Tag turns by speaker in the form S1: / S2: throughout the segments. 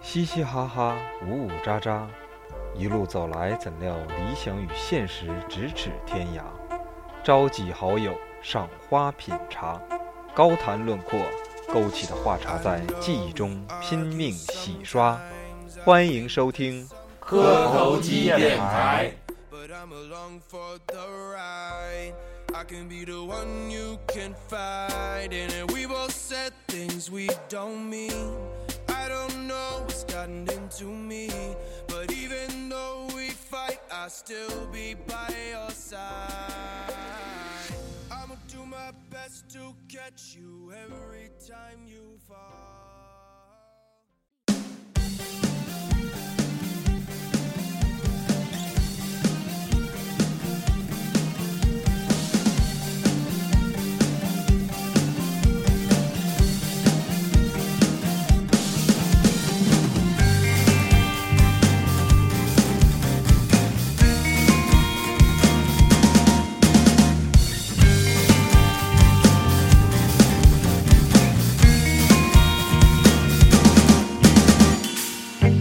S1: 嘻嘻哈哈，呜呜喳喳，一路走来，怎料理想与现实咫尺天涯。召集好友，赏花品茶，高谈论阔，勾起的话茬在记忆中拼命洗刷。欢迎收听
S2: 磕头机电台。
S3: But I'm along for the ride. I can be the one you can find. And then we both said things we don't mean. I don't know what's gotten into me. But even though we fight, I'll still be by your side. I'ma do my best to catch you every time you fall.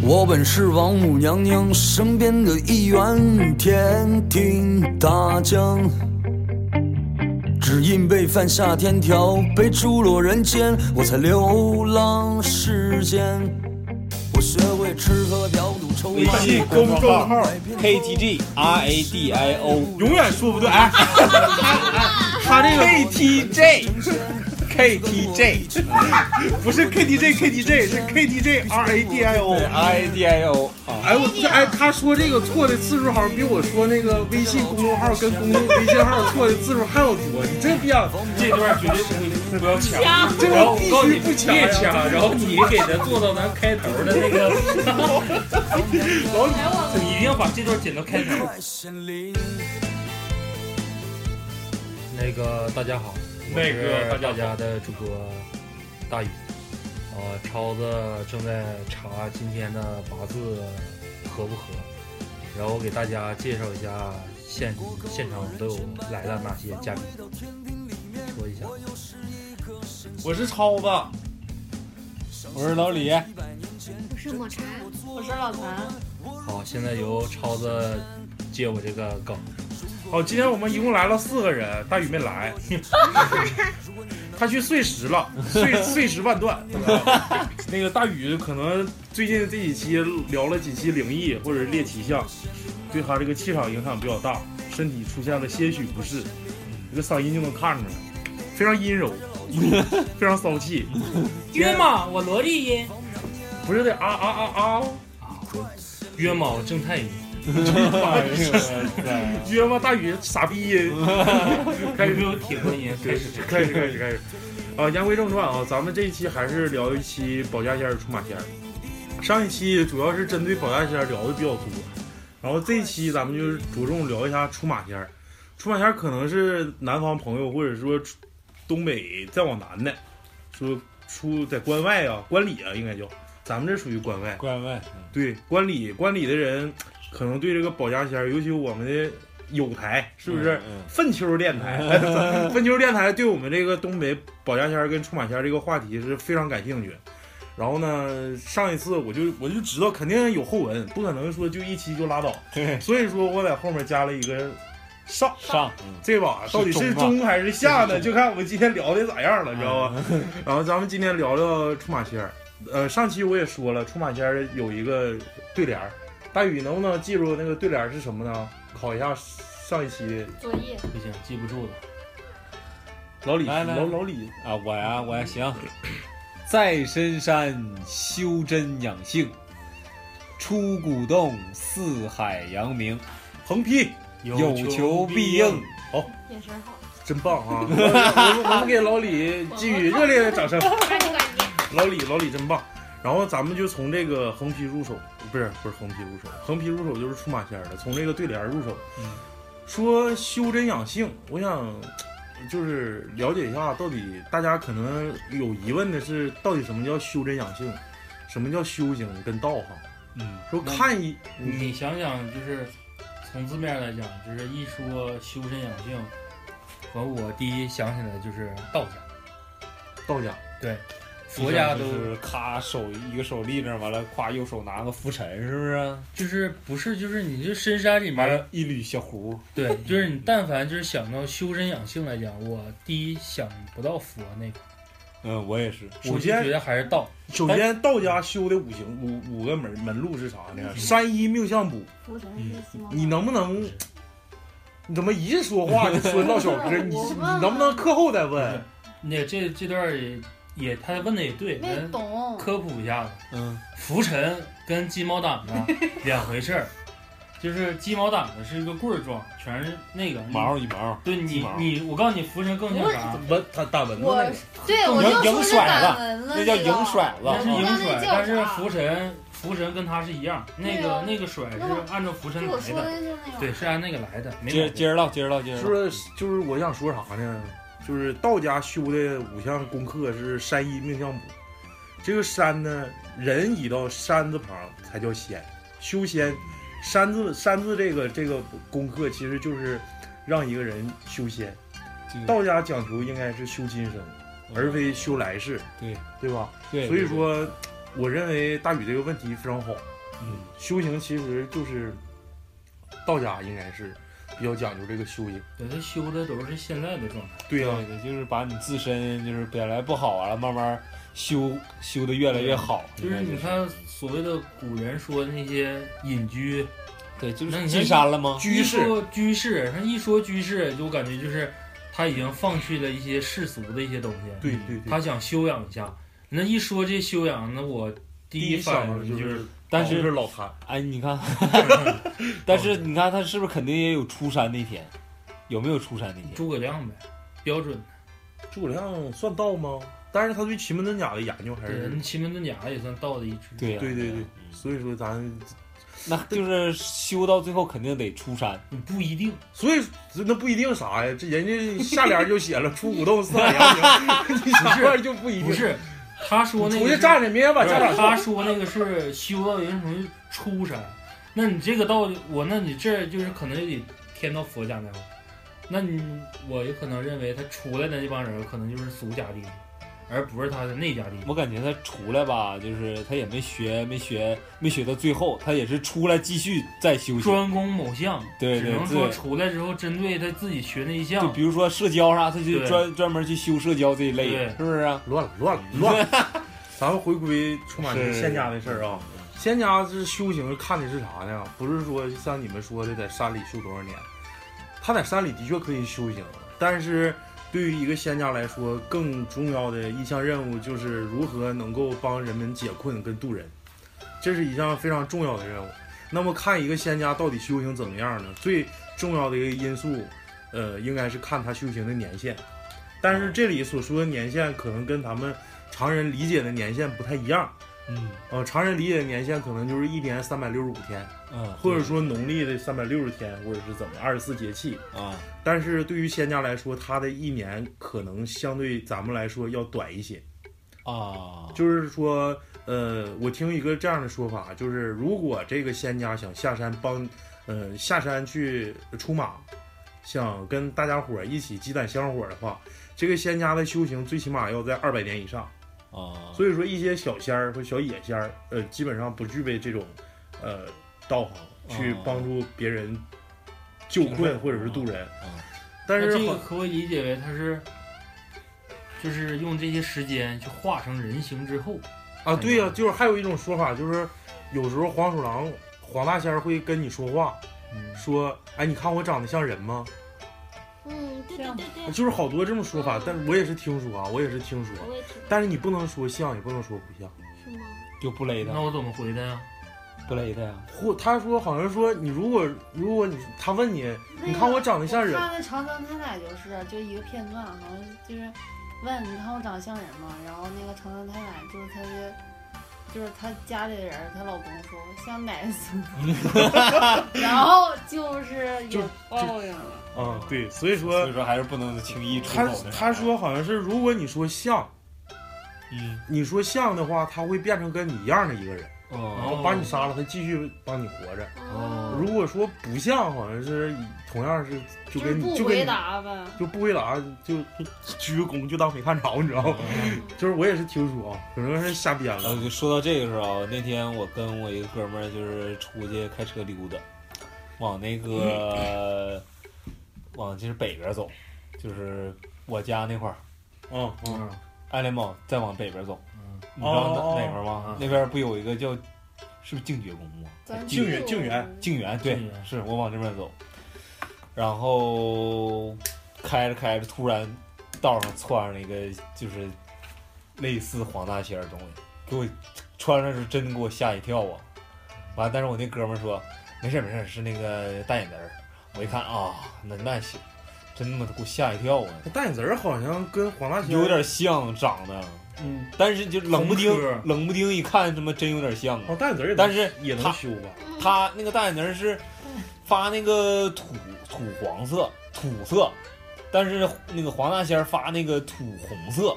S4: 我本是王母娘娘身边的一员，天庭大将。只因被犯下天条，被逐落人间，我才流浪世间。我学会吃喝嫖赌抽
S2: 微
S4: 卖
S2: 信公众号
S5: KTG R A D I O
S2: 永远说不对。 哎，他这个 KTJ KTJ 不是 KTJ KTJ 是 KTJ R A D I O。
S5: R A D I O 啊，
S2: 哎，我这哎，他说这个错的次数好像比我说那个微信公众号跟公众微信号错的次数还要多。你这逼样，
S6: 这段绝对不不要抢，
S2: 这
S6: 然后
S2: 个
S6: 我
S2: 必
S6: 告诉
S2: 须
S6: 呃你
S2: 不抢
S6: 别
S2: 呀！
S6: 抢，然后你给他做到咱开头的那个，你一定要把这段剪到开头。
S4: 仙林。
S6: 那个呃大家好，我
S7: 那
S6: 是
S7: 个大家
S6: 大
S7: 好
S6: 家的主播大宇，呃，超子正在查啊今天的八字合不合，然后我给大家介绍一下现现场都有来了哪些嘉宾，说一下，
S2: 我是超子，
S5: 我是老李，
S8: 我是抹茶，我是老谭，
S6: 好，哦现在由超子接我这个梗，
S7: 哦，今天我们一共来了四个人，大宇没来， 他去碎石了， 碎碎石万段。那个大宇可能最近这几期聊了几期灵异或者猎奇项，对他这个气场影响比较大，身体出现了些许不适，这个嗓音就能看出来，非常阴柔，非常骚气，
S6: 约吗？我萝莉音。
S7: 不是得啊啊啊啊，
S6: 约吗？正太音，
S7: 约吗？大宇傻逼音，开始
S6: 有没有铁观音开始？
S7: 开始开始开始，啊，言归正传啊，咱们这一期还是聊一期保家仙儿、出马仙儿。上一期主要是针对保家仙儿聊的比较多，然后这一期咱们就是着重聊一下出马仙儿。出马仙儿可能是南方朋友或者说出东北再往南的，说出在关外啊、关里啊，应该叫咱们这属于关外。啊
S5: 关外，
S7: 对，关里关里的人可能对这个保家仙儿，尤其我们的有台，是不是？
S5: 嗯
S7: 粪丘电台，粪丘电台对我们这个东北保家仙儿跟出马仙儿这个话题是非常感兴趣。然后呢，上一次我就我就知道肯定有后文，不可能说就一期就拉倒，
S5: 对
S2: 嗯
S7: 所以说我在后面加了一个上，
S5: 上，
S7: 这把到底是
S5: 是中
S7: 中还是下呢？
S5: 是
S7: 就看我们今天聊的咋样了，知道吧？然后咱们今天聊聊出马仙儿。呃，上期我也说了，出马仙儿有一个对联儿，大宇能不能记住那个对联儿是什么呢？考一下上一期
S8: 作业
S6: 不行，记不住了。
S7: 老李，
S5: 来来
S7: 老老李，
S5: 啊，我呀，我呀，行，在深山修真养性，出古洞四海扬名，
S7: 横批，
S5: 有求必应。
S8: 眼神好，
S7: 真棒 啊！我们我们给老李给予热烈的掌声。
S8: 赶紧赶紧，
S7: 老李，老李真棒。然后咱们就从这个横批入手，不是不是横批入手，横批入手就是出马仙儿的，从这个对联儿入手。
S5: 嗯
S7: 说修真养性，我想就是了解一下，到底大家可能有疑问的是，到底什么叫修真养性，什么叫修行跟道行？
S5: 嗯，
S7: 说看一，
S6: 你想想，就是从字面来讲，就是一说修身养性，完我第一想起来就是道家。
S7: 道家，
S5: 佛家
S7: 就
S5: 都
S7: 是咔手一个手立那儿，完了夸右手拿个拂尘，是不是？
S6: 就是不是就是你这深山里
S7: 完
S6: 面
S5: 嗯
S7: 了，一缕小胡，
S6: 对，就是你但凡就是想到修身养性来讲，我第一想不到佛那个，
S7: 嗯，我也是。
S6: 我
S7: 首
S6: 就觉
S7: 先，
S6: 得还是道。
S7: 首先道家修的五行五五个门门路是啥呢？山医命相卜。
S9: 福神是西蒙娜
S7: 嗯你能不能？你怎么一说话就说到小哥？你
S9: 我
S7: 你
S9: 问啊了
S7: 能不能课后再问？
S6: 那这这段儿也也他问的也对，
S9: 没
S6: 咱
S9: 懂，
S6: 科普一下子，
S7: 嗯，
S6: 拂尘跟鸡毛掸 子两回事儿，就是鸡毛掸子是一个棍儿状，全是那个
S7: 毛。一毛，
S6: 对
S7: 鸡
S6: 你
S7: 毛
S6: 你，我告诉你，拂尘更像啥？
S7: 蚊他打蚊子那
S9: 我
S7: 个，
S9: 对我
S7: 你要
S9: 就
S7: 迎
S9: 说是
S7: 甩
S9: 感
S7: 了
S9: 恩了，
S7: 那叫
S8: 啊
S7: 迎。甩啊
S6: 那是
S7: 子。
S6: 迎甩，
S9: 那叫啥
S6: 但是拂尘拂尘跟它是一样，那
S9: 对
S6: 个
S9: 啊
S6: 那个甩是
S9: 那我
S6: 按照拂尘
S9: 就我说
S6: 来的，
S9: 的就是那
S6: 对，
S9: 种，
S6: 是按那个来的，没
S5: 接
S6: 毛病。
S5: 接着唠，接着唠，接着
S7: 是
S5: 唠
S7: 不。是？就是我想说啥呢？就是道家修的五项功课是山医命相卜。这个山呢，人移到山字旁才叫仙，修仙。山字山字这个这个功课其实就是让一个人修仙。道家讲求应该是修今生，而非修来世。
S5: 对
S7: 对吧？
S5: 对，
S7: 所以
S5: 对
S7: 说，我认为大宇这个问题非常好。
S5: 嗯，
S7: 修行其实就是道家应该是比较讲究这个修行。
S6: 对，他修的都是现在的状态。
S7: 对啊
S5: 对
S7: 呀、
S5: 对，就是把你自身就是本来不好完了，慢慢修修的越来越好。
S6: 就是你，看所谓的古人说的那些隐居，
S5: 对，就
S6: 那
S5: 是
S6: 你
S5: 进
S6: 看
S5: 山了吗？
S7: 居
S6: 一
S7: 士
S6: 说居士，他一说居士，就感觉就是他已经放弃了一些世俗的一些东西，
S7: 对对对，
S6: 他想修养一下。那一说这修养，那我第
S7: 第一
S6: 反
S7: 想到的
S6: 应
S7: 就
S6: 就是
S7: 是，
S5: 但
S7: 就是老谭，
S5: 哎，你看，但是你看他是不是肯定也有出山那天？有没有出山那天？
S6: 诸葛亮呗，标准的。
S7: 诸葛亮算道吗？但是他对奇门遁甲的研究还
S6: 对，
S7: 是
S6: 那奇门遁甲也算道的一支。
S5: 对呀
S7: 对对
S5: 呀
S7: 对，所以说咱，
S5: 那就是修到最后肯定得出山。
S6: 你不一定，
S7: 所以那不一定啥呀，这人家下联就写了出古洞四海扬名， 你想法就不一定。
S6: 不是他说
S7: 你
S6: 那
S7: 出
S6: 个
S7: 去
S6: 是
S7: 站着，明天把
S6: 不
S7: 家
S6: 是
S7: 长
S6: 他说那个是修到一定程度出山，那你这个道理，我那你这就是可能得添到佛家那块儿。那你我有可能认为他出来的那帮人可能就是俗家弟子，而不是他的内家弟子。
S5: 我感觉他出来吧，就是他也没学，没学，没学到最后，他也是出来继续再修行。
S6: 专攻某项，
S5: 对
S6: 只
S5: 对
S6: 能说
S5: 对，
S6: 出来之后针对他自己学那一
S5: 就
S6: 项。
S5: 比如说社交啥，他就
S6: 对
S5: 专专门去修社交这一类
S6: 对，
S5: 是不是啊？
S7: 乱了乱了乱了，咱们回归出马仙
S5: 是
S7: 仙家的事儿啊。仙家是修行看的是啥呢？不是说像你们说的在山里修多少年，他在山里的确可以修行，但是对于一个仙家来说，更重要的一项任务就是如何能够帮人们解困跟渡人，这是一项非常重要的任务。那么看一个仙家到底修行怎么样呢？最重要的一个因素，呃，应该是看他修行的年限。但是这里所说的年限，可能跟咱们常人理解的年限不太一样。
S5: 嗯
S7: 呃，常人理解的年限可能就是一年三百六十五天，
S5: 嗯，
S7: 或者说农历的三百六十天，或者是怎么二十四节气。
S5: 啊，
S7: 但是对于仙家来说，他的一年可能相对咱们来说要短一些。
S5: 啊，
S7: 就是说，呃，我听一个这样的说法，就是如果这个仙家想下山帮，呃，下山去出马，想跟大家伙儿一起积攒香火的话，这个仙家的修行最起码要在二百年以上。
S5: 啊，
S7: 所以说，一些小仙儿和小野仙儿，呃，基本上不具备这种，呃，道行去
S5: 哦
S7: 帮助别人救困或者是渡人
S5: 哦。
S6: 嗯那
S7: 但是
S6: 这个
S7: 好
S6: 可不可以理解为他是，就是用这些时间去化成人形之后，
S7: 啊，对呀、就是还有一种说法，就是有时候黄鼠狼、黄大仙儿会跟你说话，
S6: 嗯
S7: 说，哎，你看我长得像人吗？
S9: 嗯，对对对对，
S7: 就是好多这么说法，但是我也是听说啊，我也是听说，
S9: 我也听
S7: 但是你不能说像，也不能说不像。
S9: 是吗？
S5: 就不勒他
S6: 那，我怎么回的呀？
S5: 不勒他呀，
S7: 或他说好像说你如果如果你他问你，你看我长得像人
S8: 看那长城他俩就是就一个片段，好像就是问你看我长得像人吗？然后那个长城他俩就是他的，就是他家里人，她老公说像奶子， 然后就是
S7: 就
S8: 有报应了。
S7: 啊，对，所以
S5: 所
S7: 说
S5: 以说还是不能轻易出
S7: 他
S5: 口的。
S7: 他，说好像是如果你说像，
S5: 嗯，
S7: 你说像的话，他会变成跟你一样的一个人，
S5: 哦
S7: 然后把你杀了，他继续帮你活着。
S6: 哦
S7: 如果说不像，好像是同样是就
S8: 就是
S7: 跟你
S8: 不
S7: 就跟
S8: 回
S7: 你
S8: 答呗。
S7: 就不回答，就就鞠个躬就当没看着，你知道吗？
S5: 嗯
S7: 就是我也是听说，啊，可能是瞎编了。
S5: 呃，就说到这个时候，那天我跟我一个哥们儿就是出去开车溜达，往那 个、往就是北边走，就是我家那块儿，
S7: 嗯嗯，
S5: 爱莲堡再往北边走，你知道
S7: 哦
S5: 哪哪块儿吗？
S6: 嗯
S5: 那边不有一个叫是不是净觉宫啊？
S8: 咱
S7: 静远静远
S5: 静园对
S6: 静，园
S5: 是我往这边走，然后开着开着，突然道上窜上了一个就是类似黄大仙儿的东西，给我穿上是真给我吓一跳啊！完，但是我那哥们儿说没事儿没事儿，是那个大眼子儿。我一看啊，那那行，真他妈给我吓一跳啊！
S7: 那大眼子儿好像跟黄大仙
S5: 有点像长得，
S7: 嗯，
S5: 但是就冷不丁
S7: 红科
S5: 冷不丁一看，他妈真有点像啊！
S7: 哦，大眼子儿也能
S5: 但是
S7: 也能
S5: 他
S7: 修吧？
S5: 他那个大眼睛是发那个土土黄色、土色，但是那个黄大仙儿发那个土红色。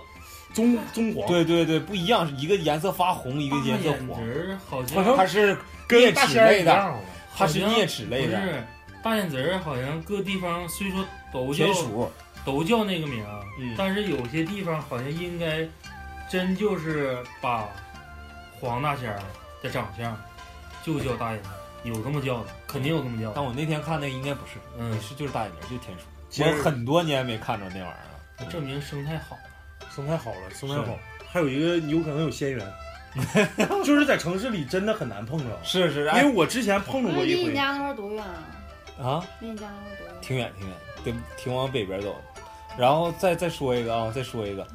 S7: 棕棕黄，
S5: 对对对，不一样，一个颜色发红，一个颜色
S6: 眼
S5: 黄。
S6: 儿好
S7: 好像
S6: 像
S5: 它是啮
S7: 跟大
S5: 齿
S7: 仙儿
S5: 类
S7: 一
S5: 的，
S7: 样。
S5: 它是
S6: 好像
S5: 啮齿类
S6: 不
S5: 的，
S6: 是大眼子儿，好像各地方虽说都叫
S5: 田鼠。
S6: 都叫那个名儿，
S5: 嗯
S6: 但是有些地方好像应该真就是把黄大仙儿的长相就叫大眼子儿，有这么叫的，肯定有这么叫的。
S5: 但我那天看那个应该不是，
S6: 嗯，
S5: 是就是大眼睛，就是田鼠。
S7: 其实
S5: 我很多年没看着那玩意儿了。
S6: 证明生态好。
S7: 生态好了，生态
S5: 是
S7: 好，还有一个你有可能有 仙缘，就是在城市里真的很难碰着，
S5: 是是，
S7: 因
S5: 哎
S7: 为我之前碰着
S8: 那
S7: 过一
S8: 离你
S7: 回，
S8: 家那块儿多远啊？
S5: 啊，
S8: 离你家那块儿多远？
S5: 挺远挺远，得挺往北边走。然后再再说一个啊，再说一个，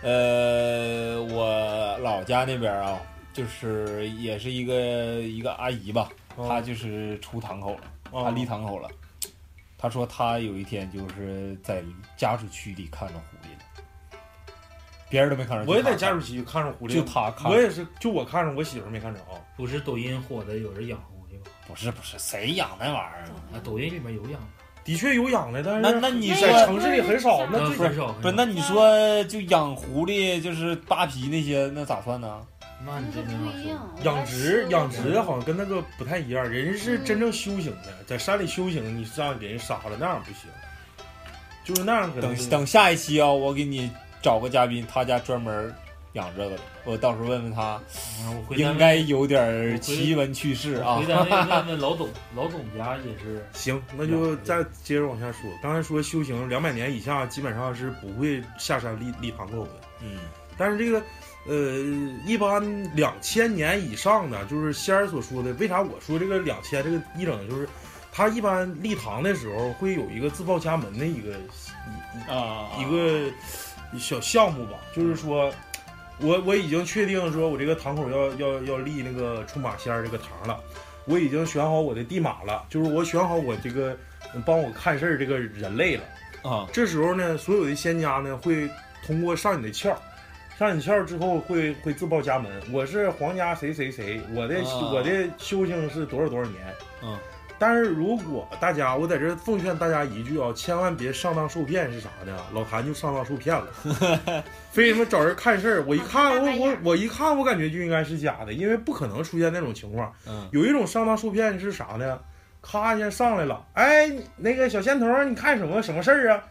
S5: 呃，我老家那边啊，就是也是一个一个阿姨吧，
S7: 哦
S5: 她就是出堂口了，她立堂口了。她说她有一天就是在家属区里看着狐狸了，别人都没看着，
S7: 嗯我也在
S5: 就她
S7: 家属区看着狐狸
S5: 就
S7: 了，
S5: 她看着，
S7: 我也是，就我看着我媳妇儿没看着啊，
S6: 不是抖音火的，有人养狐狸吧？
S5: 不是不是，谁养那玩意儿啊？
S6: 啊，抖音里面有养的，
S7: 的确有养的，但
S5: 那
S7: 是
S5: 那你
S8: 那
S5: 说
S7: 在城市里很少，那
S6: 嗯
S7: 最
S6: 很少。
S5: 不是？那你说就养狐狸，就是扒皮那些，那咋算呢？
S6: 那
S8: 那
S6: 你
S8: 是
S6: 这
S8: 不
S6: 没法
S8: 一
S6: 说。
S8: 样。
S7: 养殖养殖
S8: 好。
S7: 好像跟那个不太一样，人是真正修行的，在山里修行，你让给人杀了那样不行，就是那样可能
S5: 等等下一期啊，我给你找个嘉宾，他家专门养这个的，我到时候问问他，
S6: 啊我回单
S5: 应
S6: 位
S5: 该有点儿奇闻趣事啊
S6: 回。单位问问老董，老董家也是
S7: 行，那就再接着往下说。刚才说修行两百年以下，基本上是不会下山立立堂口的。
S5: 嗯，
S7: 但是这个，呃，一般两千年以上的，就是仙儿所说的。为啥我说这个两千这个一整，就是他一般立堂的时候会有一个自报家门的一个 一
S5: 啊，
S7: 一一个小项目吧，就是说。我我已经确定说，我这个堂口要要要立那个出马仙儿这个堂了，我已经选好我的地马了，就是我选好我这个嗯帮我看事儿这个人类了。
S5: 啊，
S7: 这时候呢，所有的仙家呢会通过上你的窍，上你窍之后会会自报家门，我是皇家谁谁谁，我的、
S5: 啊
S7: 我的修行是多少多少年。
S5: 嗯。
S7: 但是如果大家，我在这奉劝大家一句啊，千万别上当受骗是啥呢？老谭就上当受骗了，非他妈找人看事儿。我一看，我我我一看，我感觉就应该是假的，因为不可能出现那种情况。
S5: 嗯
S7: 有一种上当受骗是啥呢？咔一下上来了，哎，那个小仙童儿，你看什么什么事儿啊？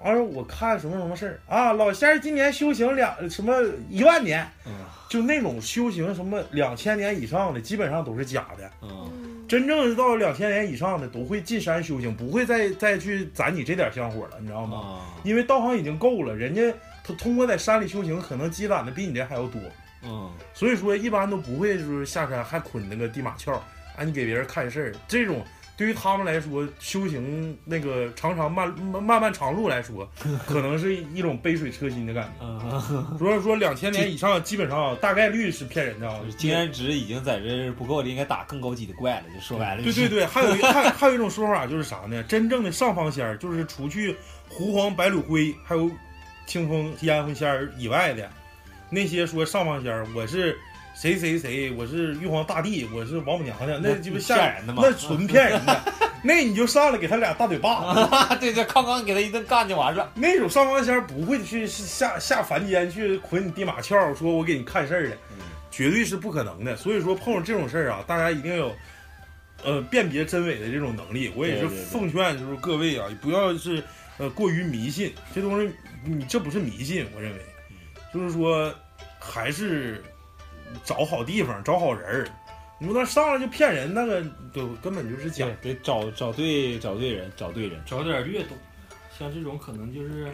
S7: 完了，我看什么什么事儿啊？老仙儿今年修行两什么一万年，
S5: 嗯
S7: 就那种修行什么两千年以上的，基本上都是假的。
S5: 嗯，
S7: 真正到两千年以上的，都会进山修行，不会再再去攒你这点香火了，你知道吗？
S5: 啊，
S7: 因为道行已经够了，人家他通过在山里修行，可能积攒的比你这还要多。
S5: 嗯，
S7: 所以说一般都不会就是下山还捆那个地马窍，啊，你给别人看事儿，这种对于他们来说，修行那个长长漫漫漫漫长路来 说，可能是一种杯水车薪的感觉。
S5: 嗯
S7: 所以说两千年以上基本上大概率是骗人的啊。
S5: 经验值已经在这儿不够了，应该打更高级的怪了。就说白了，
S7: 对对，对，还有一还有还有一种说法就是啥呢？真正的上方仙儿，就是除去狐黄、白柳灰，还有清风、烟灰仙儿以外的那些说上方仙儿，我是谁谁谁，我是玉皇大帝，我是王母娘娘，那鸡巴
S5: 吓人的嘛
S7: 那纯骗人的， 那你就上来给他俩大嘴巴。
S5: 对对，康康给他一顿干就完了。
S7: 那种上方仙儿不会去下下凡间去捆你地马窍，说
S5: 嗯
S7: 我给你看事儿的，绝对是不可能的。所以说碰上这种事儿啊，大家一定有呃辨别真伪的这种能力。我也是
S5: 对对对
S7: 奉劝就是各位啊，不要是呃过于迷信，这东西你这不是迷信，我认为，
S5: 嗯
S7: 就是说还是找好地方，找好人儿。你不能上来就骗人，那个都根本就是假
S5: 对，得找找对找对人，找对人。
S6: 找点略懂，像这种可能就是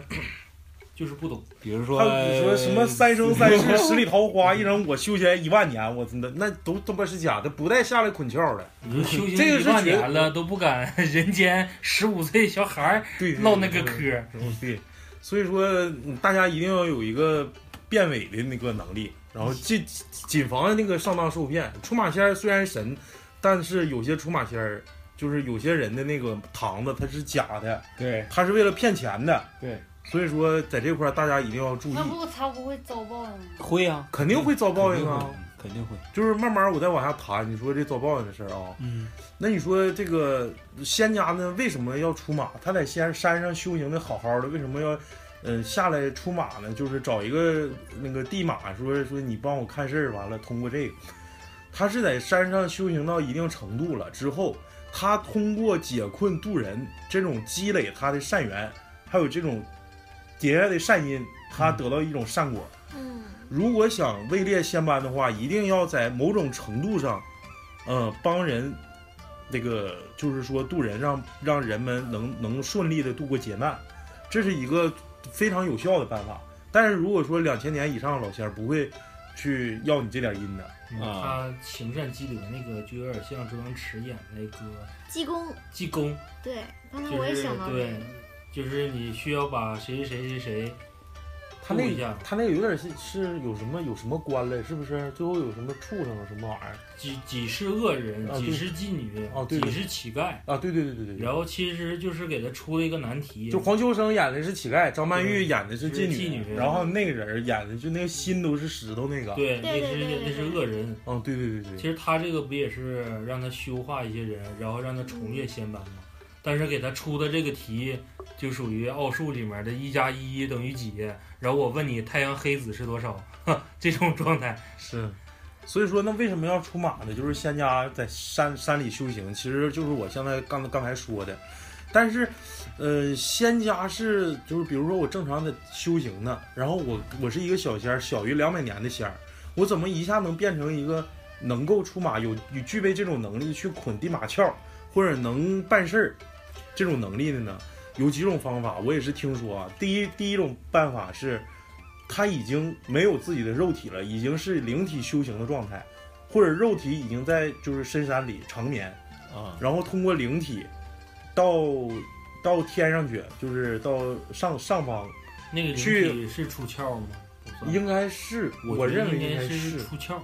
S6: 就是不 懂。
S5: 比如说，
S7: 还有你说什么三生三 世十里桃花，一人我修仙一万年，我真的那都他妈是假的，不带下来捆翘的。
S6: 你修行
S7: 这个
S6: 一
S7: 是
S6: 万
S7: 绝
S6: 年了都不敢 人间十五岁小孩儿
S7: 对，对
S6: 唠那个
S7: 对
S6: 嗑儿，
S7: 嗯对，所以说嗯大家一定要有一个辨伪的那个能力，然后谨谨防那个上当受骗。出马仙儿虽然神，但是有些出马仙儿就是有些人的那个堂子它是假的，
S5: 对
S7: 他是为了骗钱的。
S5: 对，
S7: 所以说在这块儿大家一定要注意
S10: 那，不他不会遭报应吗？
S5: 会啊，
S7: 肯定会遭报应啊。
S5: 肯定会，
S7: 就是慢慢我再往下谈，你说这遭报应的事儿啊，
S5: 嗯，
S7: 那你说这个仙家呢，为什么要出马？他在仙山上修行的好好的，为什么要，呃，下来出马呢？就是找一个那个地马，说说你帮我看事儿，完了通过这个，他是在山上修行到一定程度了之后，他通过解困渡人这种积累他的善缘，还有这种结下的善因，他得到一种善果。
S8: 嗯，
S7: 如果想位列仙班的话，一定要在某种程度上，呃，帮人，那个就是说渡人，让让人们能能顺利的度过劫难，这是一个非常有效的办法。但是如果说两千年以上的老仙儿不会去要你这点阴的，
S5: 啊
S6: 嗯他情善积德那个就有点像周星驰演那个
S8: 济公，
S6: 济公，
S8: 对，刚才
S6: 就
S8: 我也
S6: 是
S8: 想到这
S6: 对
S8: 个，，
S6: 就是你需要把谁谁谁谁谁
S7: 他
S6: 度
S7: 那
S6: 一下
S7: 个他那个有点是是有什么有什么关了，是不是？最后有什么畜生啊什么玩意儿
S6: 几几是恶人，
S7: 啊
S6: 几
S7: 对
S6: 是妓女，
S7: 啊对
S6: 几
S7: 对
S6: 是乞丐，
S7: 啊？对对对对对对
S6: 然，后其实就是给他出了一个难题，
S7: 就黄秋生演的是乞丐，张曼玉演的是
S6: 对
S7: 妓
S6: 是妓女
S7: 然后那个人演的就那个心都是石头那个。，
S6: 对，那
S8: 对对
S6: 是
S8: 对对
S6: 那是
S8: 对
S6: 恶人。
S7: 嗯，对对对
S6: 其
S7: 对，
S6: 实他这个不也是让他修化一些人，然后让他重越仙班吗？但是给他出的这个题就属于奥数里面的一加一等于几，然后我问你太阳黑子是多少， 呵这种状态，
S7: 是。所以说，那为什么要出马呢？就是仙家在山山里修行，其实就是我现在刚刚才说的。但是，呃，仙家是就是比如说我正常的修行呢，然后我我是一个小仙儿，小于两百年的仙儿，我怎么一下能变成一个能够出马有有具备这种能力去捆地马窍或者能办事儿这种能力的呢？有几种方法，我也是听说啊。第一第一种办法是，他已经没有自己的肉体了，已经是灵体修行的状态，或者肉体已经在就是深山里长眠，
S5: 啊，
S7: 然后通过灵体到到天上去，就是到上上方，
S6: 那个灵
S7: 去
S6: 体是出窍吗？不算
S7: 应该是我
S6: 觉得
S7: 认为
S6: 应
S7: 应该
S6: 是
S7: 是
S6: 出窍，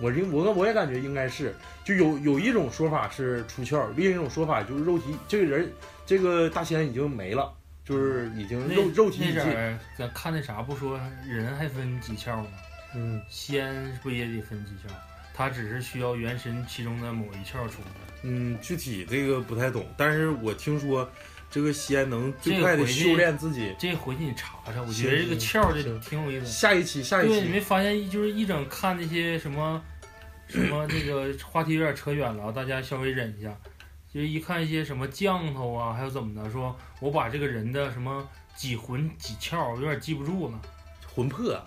S7: 我认我我也感觉应该是，就有有一种说法是出窍，另一种说法就是肉体这个人这个大仙已经没了，就是已经
S6: 那
S7: 肉肉体
S6: 那
S7: 已
S6: 阵
S7: 尽，
S6: 儿咱看那啥不说，人还分几窍吗？
S7: 嗯
S6: 仙不也得分几窍？他只是需要元神其中的某一窍出来。
S7: 嗯，具体这个不太懂，但是我听说这个仙能最
S6: 这
S7: 快
S6: 回
S7: 的
S6: 去
S7: 修炼自己。
S6: 这回去你查查，我
S7: 行
S6: 觉得这个
S7: 行
S6: 窍这
S7: 行
S6: 挺有意思。
S7: 下一期，下一
S6: 对，你
S7: 期
S6: 没发现就是一整看那些什么什么这个话题有点扯远了啊，大家稍微忍一下。就是一看一些什么降头啊，还有怎么的，说我把这个人的什么几魂几窍有点记不住了。
S7: 魂
S5: 啊
S7: 魄，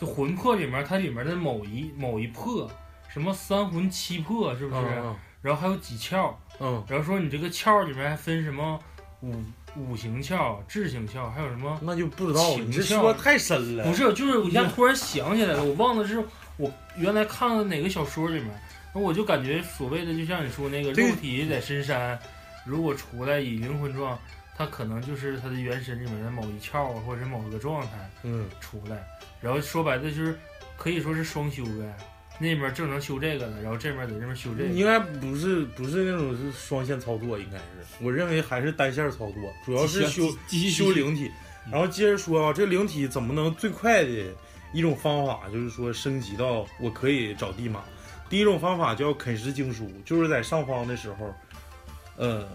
S6: 就魂魄里面，它里面的某一某一魄，什么三魂七魄是不是？啊
S7: 嗯
S6: 然后还有几窍，
S7: 嗯
S6: 然后说你这个窍里面还分什么五五行窍、智行窍，还有什么？
S7: 那就不知道了。
S6: 情
S7: 你这
S6: 调
S7: 说太深了，
S6: 不是，就是我现在突然想起来了，我忘了是我原来看的哪个小说里面，那我就感觉所谓的就像你说那个
S7: 这个
S6: 肉体在深山，如果出来以灵魂状，它可能就是它的原神里面的某一窍啊，或者是某一个状态
S7: 嗯，
S6: 出来，然后说白了就是可以说是双修呗，那边正常修这个的，然后这边在这边修这个，
S7: 应该不是不是那种是双线操作，应该是我认为还是单线操作，主要是修
S5: 继续
S7: 修，灵体。
S5: 嗯
S7: 然后接着说啊，这灵体怎么能最快的一种方法，就是说升级到我可以找地马。第一种方法叫啃食经书，就是在上方的时候，呃，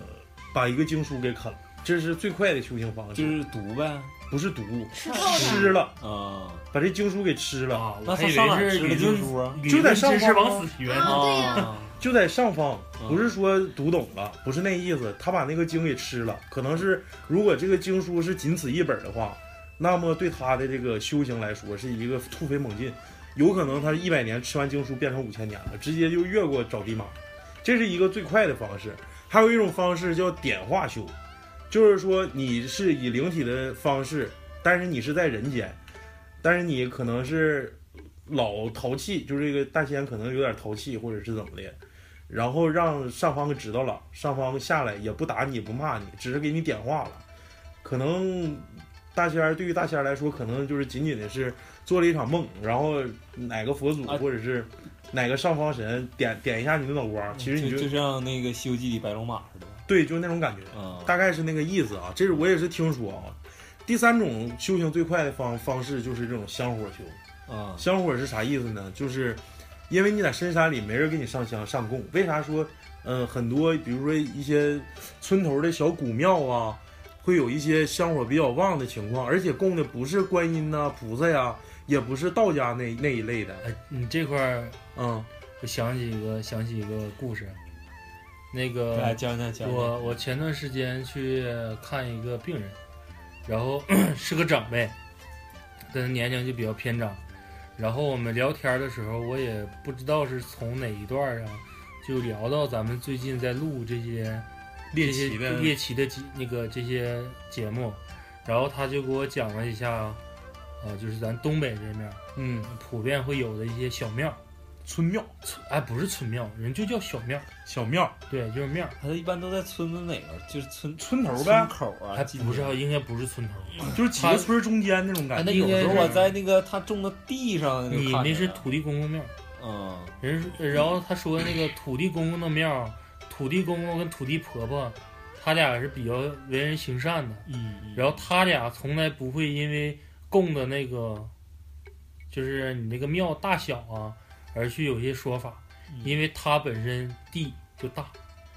S7: 把一个经书给啃了，这是最快的修行方式，
S5: 就是嗯毒呗，
S7: 不是毒，
S8: 吃透了，
S7: 吃了，
S5: 啊，
S7: 把这经书给吃了。
S6: 啊，我
S5: 那
S6: 还
S5: 他
S6: 以
S5: 上哪
S6: 为
S5: 儿
S6: 是
S5: 吃
S6: 理
S5: 的经
S6: 论
S5: 书啊？
S6: 理
S7: 就在
S6: 论
S7: 上
S6: 知识
S7: 方
S6: 往死学
S8: 啊
S6: 呢，
S8: 对呀
S5: 啊，
S7: 就在上方，不是说读懂了，不是那意思。他把那个经给吃了，可能是如果这个经书是仅此一本的话，那么对他的这个修行来说是一个突飞猛进，有可能他一百年吃完经书变成五千年了，直接就越过找地马，这是一个最快的方式。还有一种方式叫点化修，就是说你是以灵体的方式，但是你是在人间，但是你可能是老淘气，就是这个大仙可能有点淘气，或者是怎么的，然后让上方给知道了，上方下来也不打你，也不骂你，只是给你点化了。可能大仙儿对于大仙儿来说，可能就是仅仅的是做了一场梦，然后哪个佛祖
S5: 啊
S7: 或者是哪个上方神点点一下你的脑瓜，其实你
S5: 就就啊像那个《西游记》里白龙马似的。
S7: 对，就是那种感觉，大概是那个意思啊。这是我也是听说啊。第三种修行最快的方方式就是这种香火修
S5: 啊。
S7: 香火是啥意思呢？就是因为你在深山里没人给你上香上供，为啥说嗯、呃很多比如说一些村头的小古庙啊，会有一些香火比较旺的情况，而且供的不是观音呐、菩萨呀、也不是道家那那一类的。
S6: 哎你这块儿，
S7: 嗯，
S6: 我想起一个想起一个故事，那个
S5: 来讲讲讲讲
S6: 我我前段时间去看一个病人，然后 是个长辈，但是年龄就比较偏长。然后我们聊天的时候，我也不知道是从哪一段啊，就聊到咱们最近在录这些
S7: 猎
S6: 这些
S7: 奇的
S6: 猎奇的节那个这些节目，然后他就给我讲了一下，呃，就是咱东北这面，
S7: 嗯，
S6: 普遍会有的一些小庙、
S7: 村庙，
S6: 村哎不是村庙，人就叫小庙，
S7: 小庙，
S6: 对，就是庙。
S5: 他一般都在村子哪个？就是村
S7: 村头呗
S5: 村口啊，
S6: 还
S5: 进去
S6: 不是，应该不是村头，
S7: 就是几个村儿中间那种
S5: 哎
S7: 感
S5: 那
S7: 觉。
S5: 有时
S6: 应
S5: 候
S6: 该
S5: 我
S6: 是
S5: 在那个他种的地上，就
S6: 你
S5: 看
S6: 那
S5: 见
S6: 是
S5: 了
S6: 土地公公庙。
S5: 嗯，
S6: 人说，然后他说那个土地公公的庙，土地公公跟土地婆婆，他俩是比较为人行善的。
S5: 嗯
S6: 然后他俩从来不会因为供的那个，就是你那个庙大小啊，而去有些说法，因为他本身地就大。
S7: 啊